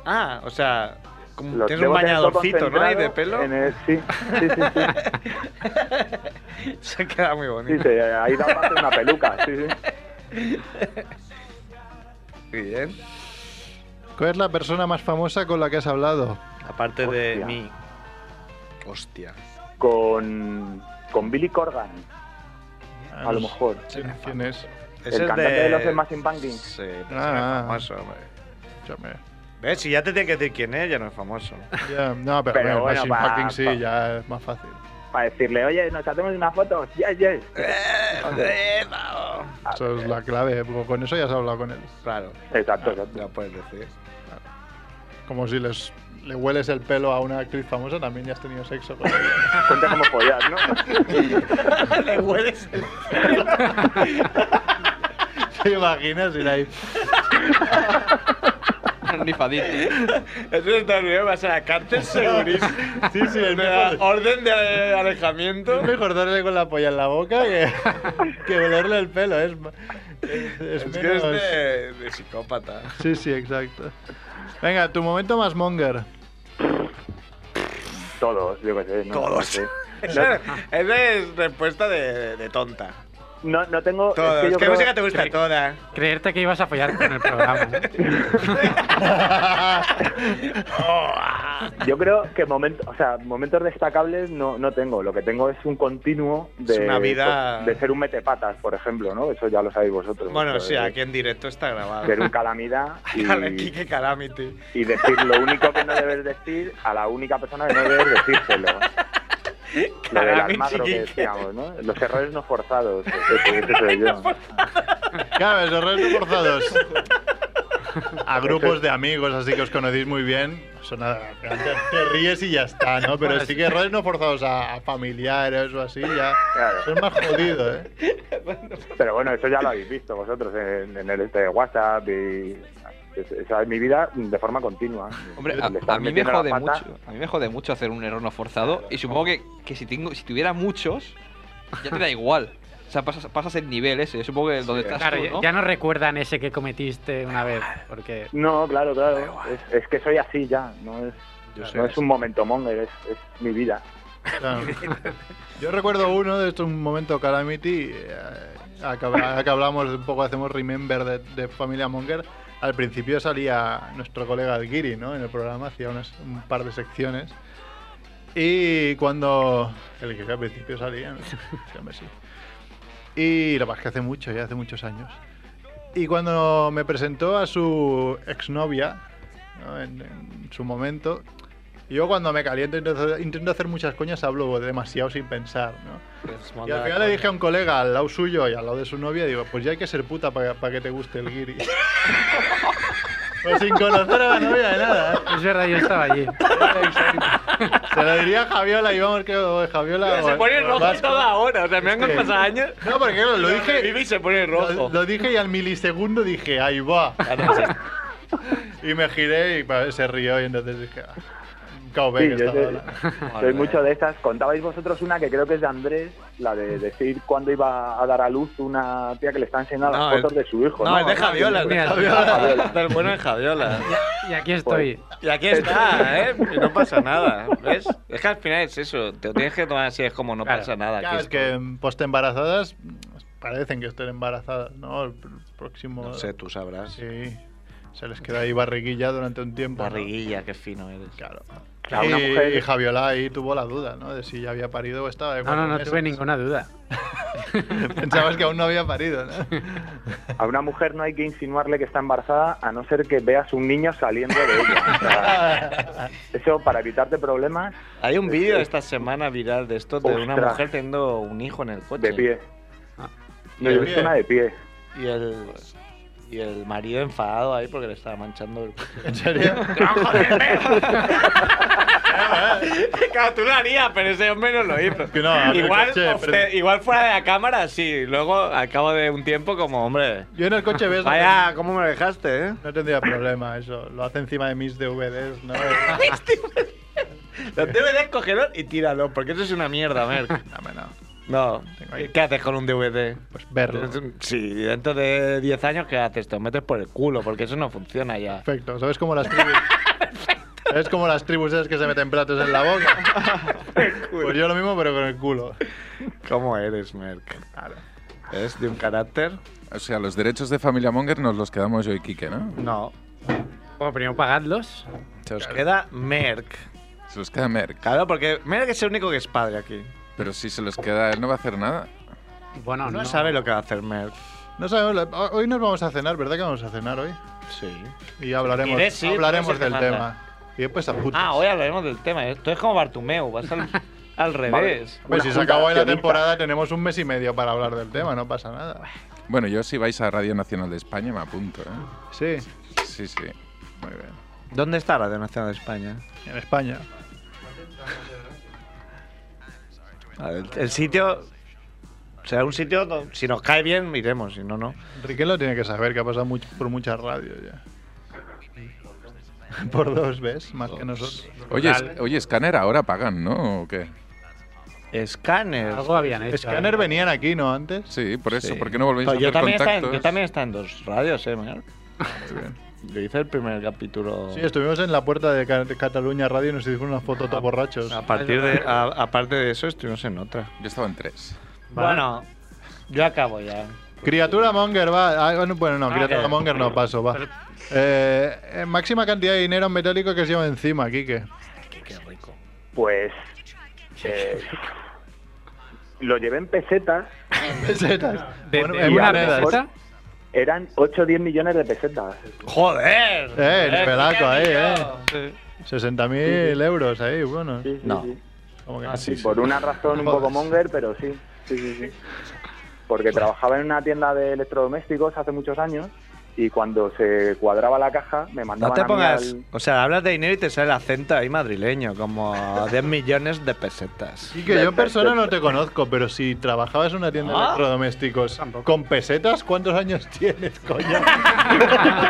[SPEAKER 1] Ah, o sea, como
[SPEAKER 9] Lo
[SPEAKER 1] tienes un
[SPEAKER 9] debo tener todo
[SPEAKER 1] bañadorcito, ¿no? Ahí de
[SPEAKER 9] concentrado
[SPEAKER 1] pelo.
[SPEAKER 9] en el- sí, sí, sí. sí.
[SPEAKER 1] Se queda muy
[SPEAKER 9] Sí,
[SPEAKER 1] bonito.
[SPEAKER 9] sí, ahí da parte una peluca. Sí, sí.
[SPEAKER 1] Muy bien.
[SPEAKER 4] ¿Cuál es la persona más famosa con la que has hablado?
[SPEAKER 1] Aparte de
[SPEAKER 9] Hostia.
[SPEAKER 1] mí. Hostia.
[SPEAKER 9] Con, con Billy Corgan, a lo mejor.
[SPEAKER 4] Sí, ¿Quién es?
[SPEAKER 1] Ese es
[SPEAKER 9] cantante de los Smashing Pumpkins.
[SPEAKER 1] Sí, pero ese
[SPEAKER 4] Ah.
[SPEAKER 1] no es famoso, hombre.
[SPEAKER 4] Escúchame.
[SPEAKER 1] ¿Ves? Si ya te tiene que decir quién es, ya no es famoso.
[SPEAKER 4] Ya, no, pero, bueno,
[SPEAKER 9] Pero bueno,
[SPEAKER 4] Machine
[SPEAKER 9] pa-
[SPEAKER 4] Fucking sí,
[SPEAKER 9] pa-
[SPEAKER 4] ya es más fácil.
[SPEAKER 9] Para decirle, oye, nos hacemos una foto. Yes, yes.
[SPEAKER 1] Eh,
[SPEAKER 4] Eso es la clave, porque con eso ya has hablado con él.
[SPEAKER 1] Claro,
[SPEAKER 9] Exacto,
[SPEAKER 1] ya
[SPEAKER 9] exacto.
[SPEAKER 1] puedes decir.
[SPEAKER 4] Como si les, le hueles el pelo a una actriz famosa, también ya has tenido sexo con ella.
[SPEAKER 9] Cuenta cómo follar, ¿no?
[SPEAKER 1] Le hueles el
[SPEAKER 4] ¿Te imaginas? Ir ahí.
[SPEAKER 6] Un rifadito.
[SPEAKER 1] Eso está bien, vas a la cárcel segurísimo.
[SPEAKER 4] Sí, sí, es
[SPEAKER 1] Me da
[SPEAKER 4] mejor,
[SPEAKER 1] orden de alejamiento.
[SPEAKER 4] es mejor darle con la polla en la boca que, que olerle el pelo. Es, ma- es, es
[SPEAKER 1] Es que es
[SPEAKER 4] menos...
[SPEAKER 1] de, de psicópata.
[SPEAKER 4] Sí, sí, exacto. Venga, tu momento más monger.
[SPEAKER 9] Todos, yo qué sé. No,
[SPEAKER 1] Todos.
[SPEAKER 9] No, sé.
[SPEAKER 1] Esa esa es respuesta de, de tonta.
[SPEAKER 9] no, no tengo.
[SPEAKER 1] Todos.
[SPEAKER 9] yo
[SPEAKER 1] ¿Qué
[SPEAKER 9] creo-
[SPEAKER 1] música te gusta? Toda.
[SPEAKER 2] Creerte que ibas a follar con el programa.
[SPEAKER 9] Yo creo que momentos, o sea, momentos destacables no, no tengo. Lo que tengo es un continuo de,
[SPEAKER 1] Es una vida-
[SPEAKER 9] pues, de ser un metepatas, por ejemplo, ¿no? Eso ya lo sabéis vosotros.
[SPEAKER 1] Bueno,
[SPEAKER 9] Eso
[SPEAKER 1] sí,
[SPEAKER 9] de-
[SPEAKER 1] aquí en directo está grabado.
[SPEAKER 9] Ser un calamidad y,
[SPEAKER 1] Kike Calamity.
[SPEAKER 9] y decir lo único que no debes decir a la única persona que no debes decírselo. Lo del
[SPEAKER 5] Caramel
[SPEAKER 9] almagro que
[SPEAKER 5] chiquique.
[SPEAKER 9] decíamos, ¿no? Los errores no forzados. Ese, ese soy yo.
[SPEAKER 4] Claro, los errores no forzados. A grupos de amigos, así que os conocéis muy bien. Eso nada, te, te ríes y ya está, ¿no?
[SPEAKER 1] Pues
[SPEAKER 4] Pero sí que errores no forzados a, a familiares o así, ya. Eso es más jodido, ¿eh?
[SPEAKER 9] Pero bueno, eso ya lo habéis visto vosotros en, en el este de WhatsApp y. es- Esa es mi vida de forma continua.
[SPEAKER 6] Hombre,
[SPEAKER 9] Le
[SPEAKER 6] a,
[SPEAKER 9] estás
[SPEAKER 6] a mí me
[SPEAKER 9] metiendo la
[SPEAKER 6] jode
[SPEAKER 9] pata.
[SPEAKER 6] mucho. A mí me jode mucho hacer un error no forzado. Y supongo que, que si tengo, si tuviera muchos, ya te da igual. O sea, pasas, pasas el nivel ese. Supongo que donde estás
[SPEAKER 2] Claro,
[SPEAKER 6] tú,
[SPEAKER 2] ya-
[SPEAKER 6] ¿no?
[SPEAKER 2] ya no recuerdan ese que cometiste una vez, porque...
[SPEAKER 9] No, claro, claro. Es, es que soy así ya. No es,
[SPEAKER 2] soy
[SPEAKER 9] no es un momento monger, es, es mi vida.
[SPEAKER 4] Claro. Yo recuerdo uno de estos un momento Calamity, eh, a que habla- a que hablamos un poco, hacemos remember de, de Familia Monger. Al principio salía nuestro colega Alguiri, ¿no? En el programa hacía unas, un par de secciones. Y cuando... El que al principio salía, ¿no? Sí, hombre, sí. Y lo que pasa es que hace mucho, ya hace muchos años. Y cuando me presentó a su exnovia, ¿no? en, en su momento, yo cuando me caliento intento, hacer- intento hacer muchas coñas, hablo demasiado sin pensar, ¿no? Y al final le dije a un colega al lado suyo y al lado de su novia, digo, pues ya hay que ser puta para que te guste el guiri. pues sin conocer a la novia de nada. ¿eh?
[SPEAKER 2] Es verdad, yo estaba allí.
[SPEAKER 4] Se lo diría a Javiola y vamos, creo, Javiola...
[SPEAKER 1] Se
[SPEAKER 4] o-
[SPEAKER 1] pone
[SPEAKER 4] o
[SPEAKER 1] rojo
[SPEAKER 4] Vasco.
[SPEAKER 1] toda hora. O sea, me han
[SPEAKER 4] Sí.
[SPEAKER 1] pasado años.
[SPEAKER 4] No, porque claro, lo dije-
[SPEAKER 1] Vivi se pone rojo.
[SPEAKER 4] Lo, lo dije y al milisegundo dije, ahí va. y me giré y pa, se rió y entonces dije, ah, cao
[SPEAKER 9] Sí,
[SPEAKER 4] que
[SPEAKER 9] yo
[SPEAKER 4] estaba
[SPEAKER 9] soy-
[SPEAKER 4] la-
[SPEAKER 9] Soy mucho de estas. Contabais vosotros una que creo que es de Andrés, la de decir cuándo iba a dar a luz una tía que le está enseñando
[SPEAKER 1] No,
[SPEAKER 9] las fotos
[SPEAKER 1] el-
[SPEAKER 9] de su hijo.
[SPEAKER 1] No, es de Javiola.
[SPEAKER 9] Mira,
[SPEAKER 1] es de Javiola. Del bueno de Javiola.
[SPEAKER 2] Y aquí estoy.
[SPEAKER 1] Y aquí está, ¿eh? Y no pasa nada, ¿ves? Es que al final es eso. Te lo tienes que tomar así, es como no pasa nada.
[SPEAKER 4] Claro,
[SPEAKER 1] aquí
[SPEAKER 4] es que mm, postembarazadas mm, parecen que estén embarazadas, ¿no? El pr- próximo...
[SPEAKER 1] No sé, tú sabrás.
[SPEAKER 4] Sí. Se les queda ahí barriguilla durante un tiempo. ¿no?
[SPEAKER 1] Barriguilla, qué fino eres.
[SPEAKER 4] Claro.
[SPEAKER 1] Claro,
[SPEAKER 4] y,
[SPEAKER 1] una mujer-
[SPEAKER 4] y Javiola ahí tuvo la duda, ¿no? De si ya había parido o estaba de
[SPEAKER 2] No, no,
[SPEAKER 4] cuatro
[SPEAKER 2] no tuve
[SPEAKER 4] meses.
[SPEAKER 2] ninguna duda.
[SPEAKER 4] Pensabas que aún no había parido, ¿no?
[SPEAKER 9] A una mujer no hay que insinuarle que está embarazada a no ser que veas un niño saliendo de ella. O sea, eso para evitarte problemas
[SPEAKER 1] Hay un vídeo esta semana viral de esto, de una
[SPEAKER 9] Ostras.
[SPEAKER 1] mujer teniendo un hijo en el coche.
[SPEAKER 9] de pie.
[SPEAKER 1] Ah.
[SPEAKER 9] No,
[SPEAKER 1] Y
[SPEAKER 9] yo he
[SPEAKER 1] el-
[SPEAKER 9] visto una de pie.
[SPEAKER 1] Y el, y el marido enfadado ahí porque le estaba manchando el coche.
[SPEAKER 4] ¿En serio?
[SPEAKER 1] claro, tú lo harías, pero ese hombre no lo hizo.
[SPEAKER 4] Que no, a ver,
[SPEAKER 1] igual,
[SPEAKER 4] coche,
[SPEAKER 1] ofte-
[SPEAKER 4] pero-
[SPEAKER 1] igual fuera de la cámara, sí. Luego, al cabo de un tiempo, como, hombre...
[SPEAKER 4] Yo en el coche ves... no
[SPEAKER 1] Vaya, ¿cómo me lo dejaste, eh?
[SPEAKER 4] No tendría problema eso. Lo hace encima de mis DVDs, ¿no?
[SPEAKER 1] Lo DVD cogerlo y tíralo, porque eso es una mierda, Merck.
[SPEAKER 4] Dame, no.
[SPEAKER 1] No,
[SPEAKER 4] Tengo ahí.
[SPEAKER 1] ¿qué haces con un DVD?
[SPEAKER 4] Pues verlo.
[SPEAKER 1] Sí, dentro de 10 años, ¿qué haces? Te lo metes por el culo, porque eso no funciona ya.
[SPEAKER 4] Perfecto. ¿Sabes cómo las tribus? ¿Sabes como las tribus esas que se meten platos en la boca? pues yo lo mismo, pero con el culo.
[SPEAKER 1] ¿Cómo eres, Merck? ¿Es de un carácter?
[SPEAKER 3] O sea, los derechos de Familia Monger nos los quedamos yo y Quique, ¿no?
[SPEAKER 1] No.
[SPEAKER 2] Bueno, primero pagadlos.
[SPEAKER 3] Se los,
[SPEAKER 1] Queda Merck.
[SPEAKER 3] se los queda Merck.
[SPEAKER 1] Claro, porque Merck es el único que es padre aquí.
[SPEAKER 3] Pero si se los queda, él no va a hacer nada.
[SPEAKER 2] Bueno,
[SPEAKER 1] No,
[SPEAKER 2] no.
[SPEAKER 1] sabe lo que va a hacer Merck.
[SPEAKER 4] No sabemos, la- ho- hoy nos vamos a cenar, ¿verdad que vamos a cenar hoy?
[SPEAKER 1] Sí.
[SPEAKER 4] Y hablaremos,
[SPEAKER 1] Iré, sí,
[SPEAKER 4] hablaremos
[SPEAKER 1] puede ser
[SPEAKER 4] del
[SPEAKER 1] que
[SPEAKER 4] tema. Y después a putas.
[SPEAKER 1] Ah, hoy hablaremos del tema. Esto es como Bartumeu, vas al, al revés.
[SPEAKER 4] Pues
[SPEAKER 9] Una
[SPEAKER 4] si se acabó hoy la
[SPEAKER 9] junta accionista.
[SPEAKER 4] temporada, tenemos un mes y medio para hablar del tema, no pasa nada.
[SPEAKER 3] Bueno, yo si vais a Radio Nacional de España me apunto, ¿eh?
[SPEAKER 4] Sí,
[SPEAKER 3] Sí, sí.
[SPEAKER 4] muy bien.
[SPEAKER 1] ¿Dónde está la donación de España?
[SPEAKER 4] En España.
[SPEAKER 1] A ver, el sitio. Será un sitio. do- Si nos cae bien, iremos. Si no, no.
[SPEAKER 4] Enrique lo tiene que saber, que ha pasado much- por muchas radios ya. Por dos, ¿ves? Más que nosotros.
[SPEAKER 3] Oye, es- oye, Scanner ahora pagan, ¿no? ¿O qué?
[SPEAKER 1] Escáner.
[SPEAKER 2] Algo habían hecho.
[SPEAKER 4] Scanner venían aquí, ¿no? Antes.
[SPEAKER 3] Sí, por eso.
[SPEAKER 1] Sí.
[SPEAKER 3] ¿Por qué no volvéis a
[SPEAKER 1] Pero
[SPEAKER 3] hacer
[SPEAKER 1] yo también, estaba en,
[SPEAKER 3] contactos?
[SPEAKER 1] yo también estaba en dos radios, eh, Mer. Yo hice el primer capítulo.
[SPEAKER 4] Sí, estuvimos en la puerta de Ca- de Cataluña Radio y nos hicieron una foto
[SPEAKER 9] Ah,
[SPEAKER 4] todos borrachos.
[SPEAKER 1] a partir de, a- aparte de eso, estuvimos en otra.
[SPEAKER 3] Yo estaba en tres.
[SPEAKER 1] Bueno, yo acabo ya.
[SPEAKER 4] Criatura Monger, va. Ah, bueno, bueno, no,
[SPEAKER 1] que-
[SPEAKER 9] eh,
[SPEAKER 4] Criatura Monger no, paso, va. Eh, eh, máxima cantidad de dinero en metálico que se lleva encima, Quique.
[SPEAKER 9] Pues. eh, lo llevé en pesetas,
[SPEAKER 4] Pesetas.
[SPEAKER 2] ¿De,
[SPEAKER 4] Bueno,
[SPEAKER 2] de
[SPEAKER 4] en
[SPEAKER 2] una
[SPEAKER 4] monedas.
[SPEAKER 2] peseta?
[SPEAKER 9] eran 8 o 10 millones de pesetas.
[SPEAKER 1] ¡Joder!
[SPEAKER 4] Eh, el
[SPEAKER 1] Eh,
[SPEAKER 4] pelaco ahí,
[SPEAKER 1] qué
[SPEAKER 4] eh.
[SPEAKER 1] niño.
[SPEAKER 4] 60.000 euros ahí, bueno.
[SPEAKER 9] Sí, sí,
[SPEAKER 1] No.
[SPEAKER 9] sí.
[SPEAKER 1] ¿Cómo que no?
[SPEAKER 9] Ah, sí, por una razón un poco monger, pero sí. Sí, sí, sí. Porque trabajaba en una tienda de electrodomésticos hace muchos años y cuando se cuadraba la caja me
[SPEAKER 1] No
[SPEAKER 9] mandaban
[SPEAKER 1] te
[SPEAKER 9] a mí
[SPEAKER 1] pongas.
[SPEAKER 9] al-
[SPEAKER 1] O sea, hablas de dinero y te sale el acento ahí madrileño, como 10 millones de pesetas.
[SPEAKER 4] Y que yo en persona no te conozco, pero si trabajabas en una tienda de
[SPEAKER 1] Ah.
[SPEAKER 4] electrodomésticos con pesetas, ¿cuántos años tienes, coño?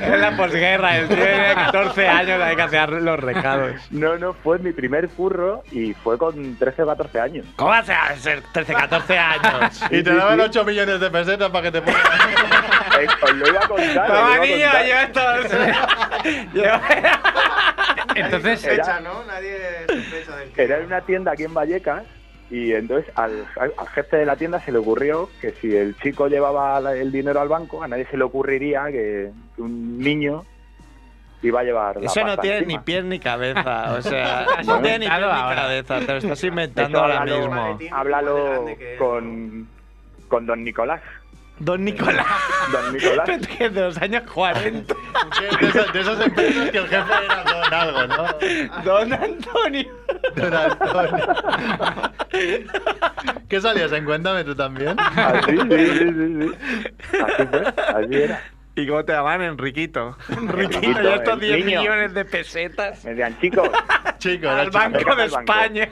[SPEAKER 1] Es la posguerra, el tío tiene 14 años, hay que hacer los recados.
[SPEAKER 9] No, no, fue mi primer curro y fue con 13 o 14 años.
[SPEAKER 1] ¿Cómo vas a hacer 13, 14 años?
[SPEAKER 4] Y te
[SPEAKER 9] sí,
[SPEAKER 4] daban
[SPEAKER 9] sí.
[SPEAKER 4] 8 millones de pesetas para que te pongas.
[SPEAKER 9] Eh, os lo iba a contar.
[SPEAKER 1] Toma,
[SPEAKER 9] os lo iba
[SPEAKER 1] niño,
[SPEAKER 9] a contar.
[SPEAKER 1] lleva esto. lleva-
[SPEAKER 2] Entonces,
[SPEAKER 9] Era-
[SPEAKER 12] ¿no? Nadie sospecha del
[SPEAKER 9] Era en una tienda aquí en Vallecas y entonces al, al- al jefe de la tienda se le ocurrió que si el chico llevaba la- el dinero al banco, a nadie se le ocurriría que un niño iba a llevar la
[SPEAKER 1] Eso no
[SPEAKER 9] pasta
[SPEAKER 1] tiene ni
[SPEAKER 9] encima.
[SPEAKER 1] pies ni cabeza, o sea,
[SPEAKER 2] Has
[SPEAKER 1] no tiene ni pies
[SPEAKER 2] inventado
[SPEAKER 1] ni
[SPEAKER 2] ahora.
[SPEAKER 1] cabeza, te lo estás
[SPEAKER 9] Eso
[SPEAKER 1] inventando ahora
[SPEAKER 9] háblalo-
[SPEAKER 1] mismo.
[SPEAKER 9] Háblalo con, con don Nicolás.
[SPEAKER 1] Don Nicolás,
[SPEAKER 9] Don Nicolás.
[SPEAKER 1] que de los años 40.
[SPEAKER 4] De esas, de esas empresas que el jefe era don algo, ¿no?
[SPEAKER 1] Don Antonio.
[SPEAKER 4] Don Antonio. ¿Qué salías en Cuéntame tú también?
[SPEAKER 9] Así, sí, sí, sí, sí. Así fue, así era.
[SPEAKER 1] ¿Y cómo te llaman? Enriquito. Enriquito,
[SPEAKER 9] Enriquito,
[SPEAKER 1] ya estos
[SPEAKER 9] el
[SPEAKER 1] 10
[SPEAKER 9] niño.
[SPEAKER 1] millones de pesetas
[SPEAKER 9] Me decían, chicos,
[SPEAKER 4] Chico, era
[SPEAKER 1] al
[SPEAKER 4] chico.
[SPEAKER 1] Banco de
[SPEAKER 9] al banco.
[SPEAKER 1] España.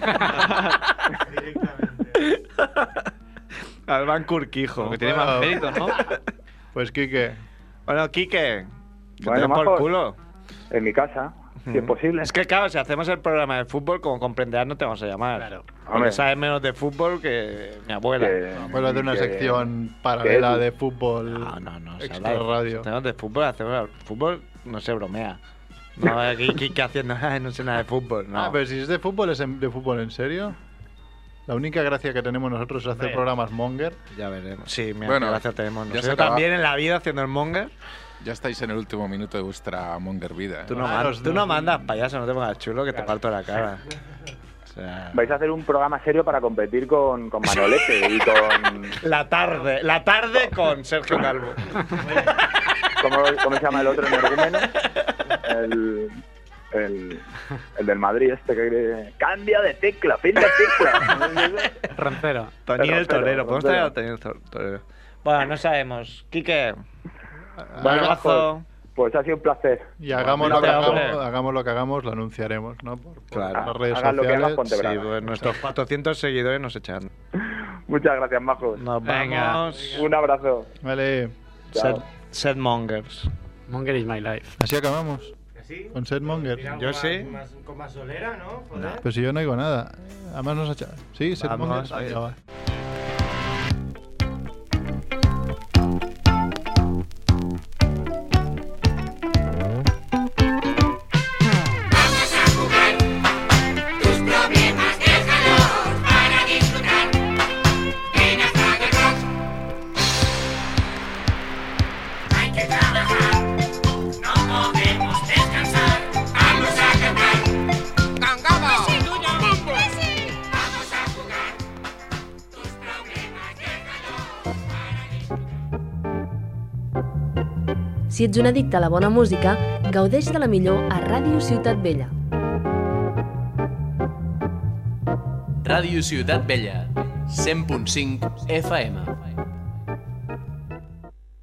[SPEAKER 1] al Banco Urquijo.
[SPEAKER 6] Porque tiene más
[SPEAKER 4] Bueno.
[SPEAKER 6] mérito, ¿no?
[SPEAKER 4] Pues Quique,
[SPEAKER 1] Bueno, Quique, que
[SPEAKER 9] Bueno,
[SPEAKER 1] te den por
[SPEAKER 9] majos.
[SPEAKER 1] culo.
[SPEAKER 9] en mi casa, si es posible.
[SPEAKER 1] Es que claro, si hacemos el programa de fútbol, como comprenderás, no te vamos a llamar. Claro. Porque
[SPEAKER 9] Hombre.
[SPEAKER 1] sabes menos de fútbol que mi abuela.
[SPEAKER 9] Que-
[SPEAKER 4] vuelvo a hacer una
[SPEAKER 9] que-
[SPEAKER 4] sección paralela
[SPEAKER 9] que-
[SPEAKER 4] de fútbol.
[SPEAKER 1] No, no, no. se
[SPEAKER 4] Extra
[SPEAKER 1] habla de-
[SPEAKER 4] radio.
[SPEAKER 1] Si tenemos de fútbol, hacemos fútbol, no se bromea. No, aquí Quique haciendo, "Ay, no sé nada de fútbol. No.
[SPEAKER 4] Ah, pero si es de fútbol, es en- de fútbol en serio. La única gracia que tenemos nosotros es hacer programas monger.
[SPEAKER 1] Ya veremos. Sí, mira,
[SPEAKER 3] Bueno,
[SPEAKER 1] qué gracia tenemos.
[SPEAKER 3] ya
[SPEAKER 1] Nosotros
[SPEAKER 3] se acaba.
[SPEAKER 1] también en la vida haciendo el monger.
[SPEAKER 3] Ya estáis en el último minuto de vuestra monger vida. ¿eh?
[SPEAKER 1] Tú no,
[SPEAKER 4] Ah,
[SPEAKER 1] man-
[SPEAKER 4] los
[SPEAKER 1] tú
[SPEAKER 4] dos.
[SPEAKER 1] no mandas payaso, no te pongas chulo, que te parto la cara. O sea,
[SPEAKER 9] Vais a hacer un programa serio para competir con, con Manolete y con...
[SPEAKER 1] la tarde, la tarde con Sergio Calvo.
[SPEAKER 9] ¿Cómo, cómo se llama el otro energúmeno? El, el, el del Madrid, este que cambia de tecla, fin de tecla.
[SPEAKER 2] Roncero.
[SPEAKER 1] Toniel el
[SPEAKER 9] Roncero,
[SPEAKER 1] Torero. ¿Podemos traer
[SPEAKER 9] Roncero.
[SPEAKER 1] a Toniel el Tor- Torero? Bueno, no sabemos. Quique, un
[SPEAKER 9] Bueno,
[SPEAKER 1] abrazo.
[SPEAKER 9] Pues ha sido un placer.
[SPEAKER 4] Y hagamos lo, que
[SPEAKER 1] Hombre.
[SPEAKER 4] hagamos, hagamos lo que hagamos, lo anunciaremos, ¿no? Por, por
[SPEAKER 1] Claro.
[SPEAKER 4] las redes
[SPEAKER 9] Hagan lo que hagan,
[SPEAKER 4] sociales.
[SPEAKER 9] ponte
[SPEAKER 1] Sí,
[SPEAKER 9] brava.
[SPEAKER 1] pues nuestros 400 seguidores nos echan.
[SPEAKER 9] Muchas gracias, Majos.
[SPEAKER 1] Nos
[SPEAKER 2] Venga.
[SPEAKER 1] vamos.
[SPEAKER 9] Un abrazo.
[SPEAKER 4] Vale,
[SPEAKER 1] Sed,
[SPEAKER 9] Chao.
[SPEAKER 1] sed mongers.
[SPEAKER 2] Monger is my life.
[SPEAKER 4] así acabamos.
[SPEAKER 12] ¿Sí?
[SPEAKER 4] Con Seth Monger.
[SPEAKER 1] Yo sí.
[SPEAKER 12] con más solera, ¿no? Joder.
[SPEAKER 4] Pero si yo no digo nada. Además nos ha echado. Sí, Seth
[SPEAKER 1] Vamos,
[SPEAKER 4] Monger.
[SPEAKER 1] adiós.
[SPEAKER 4] Venga, va.
[SPEAKER 5] Tus problemas déjalos para disfrutar. Ven a Fraggle Rock. Hay que trabajar, no podemos descansar. Vamos a cantar. ¡Cangado! Vamos a jugar. Tus problemas déjalos para disfrutar.
[SPEAKER 13] Si ets un addicte a la bona música, gaudeix de la millor a Ràdio Ciutat Vella.
[SPEAKER 14] Ràdio Ciutat Vella, 100.5 FM.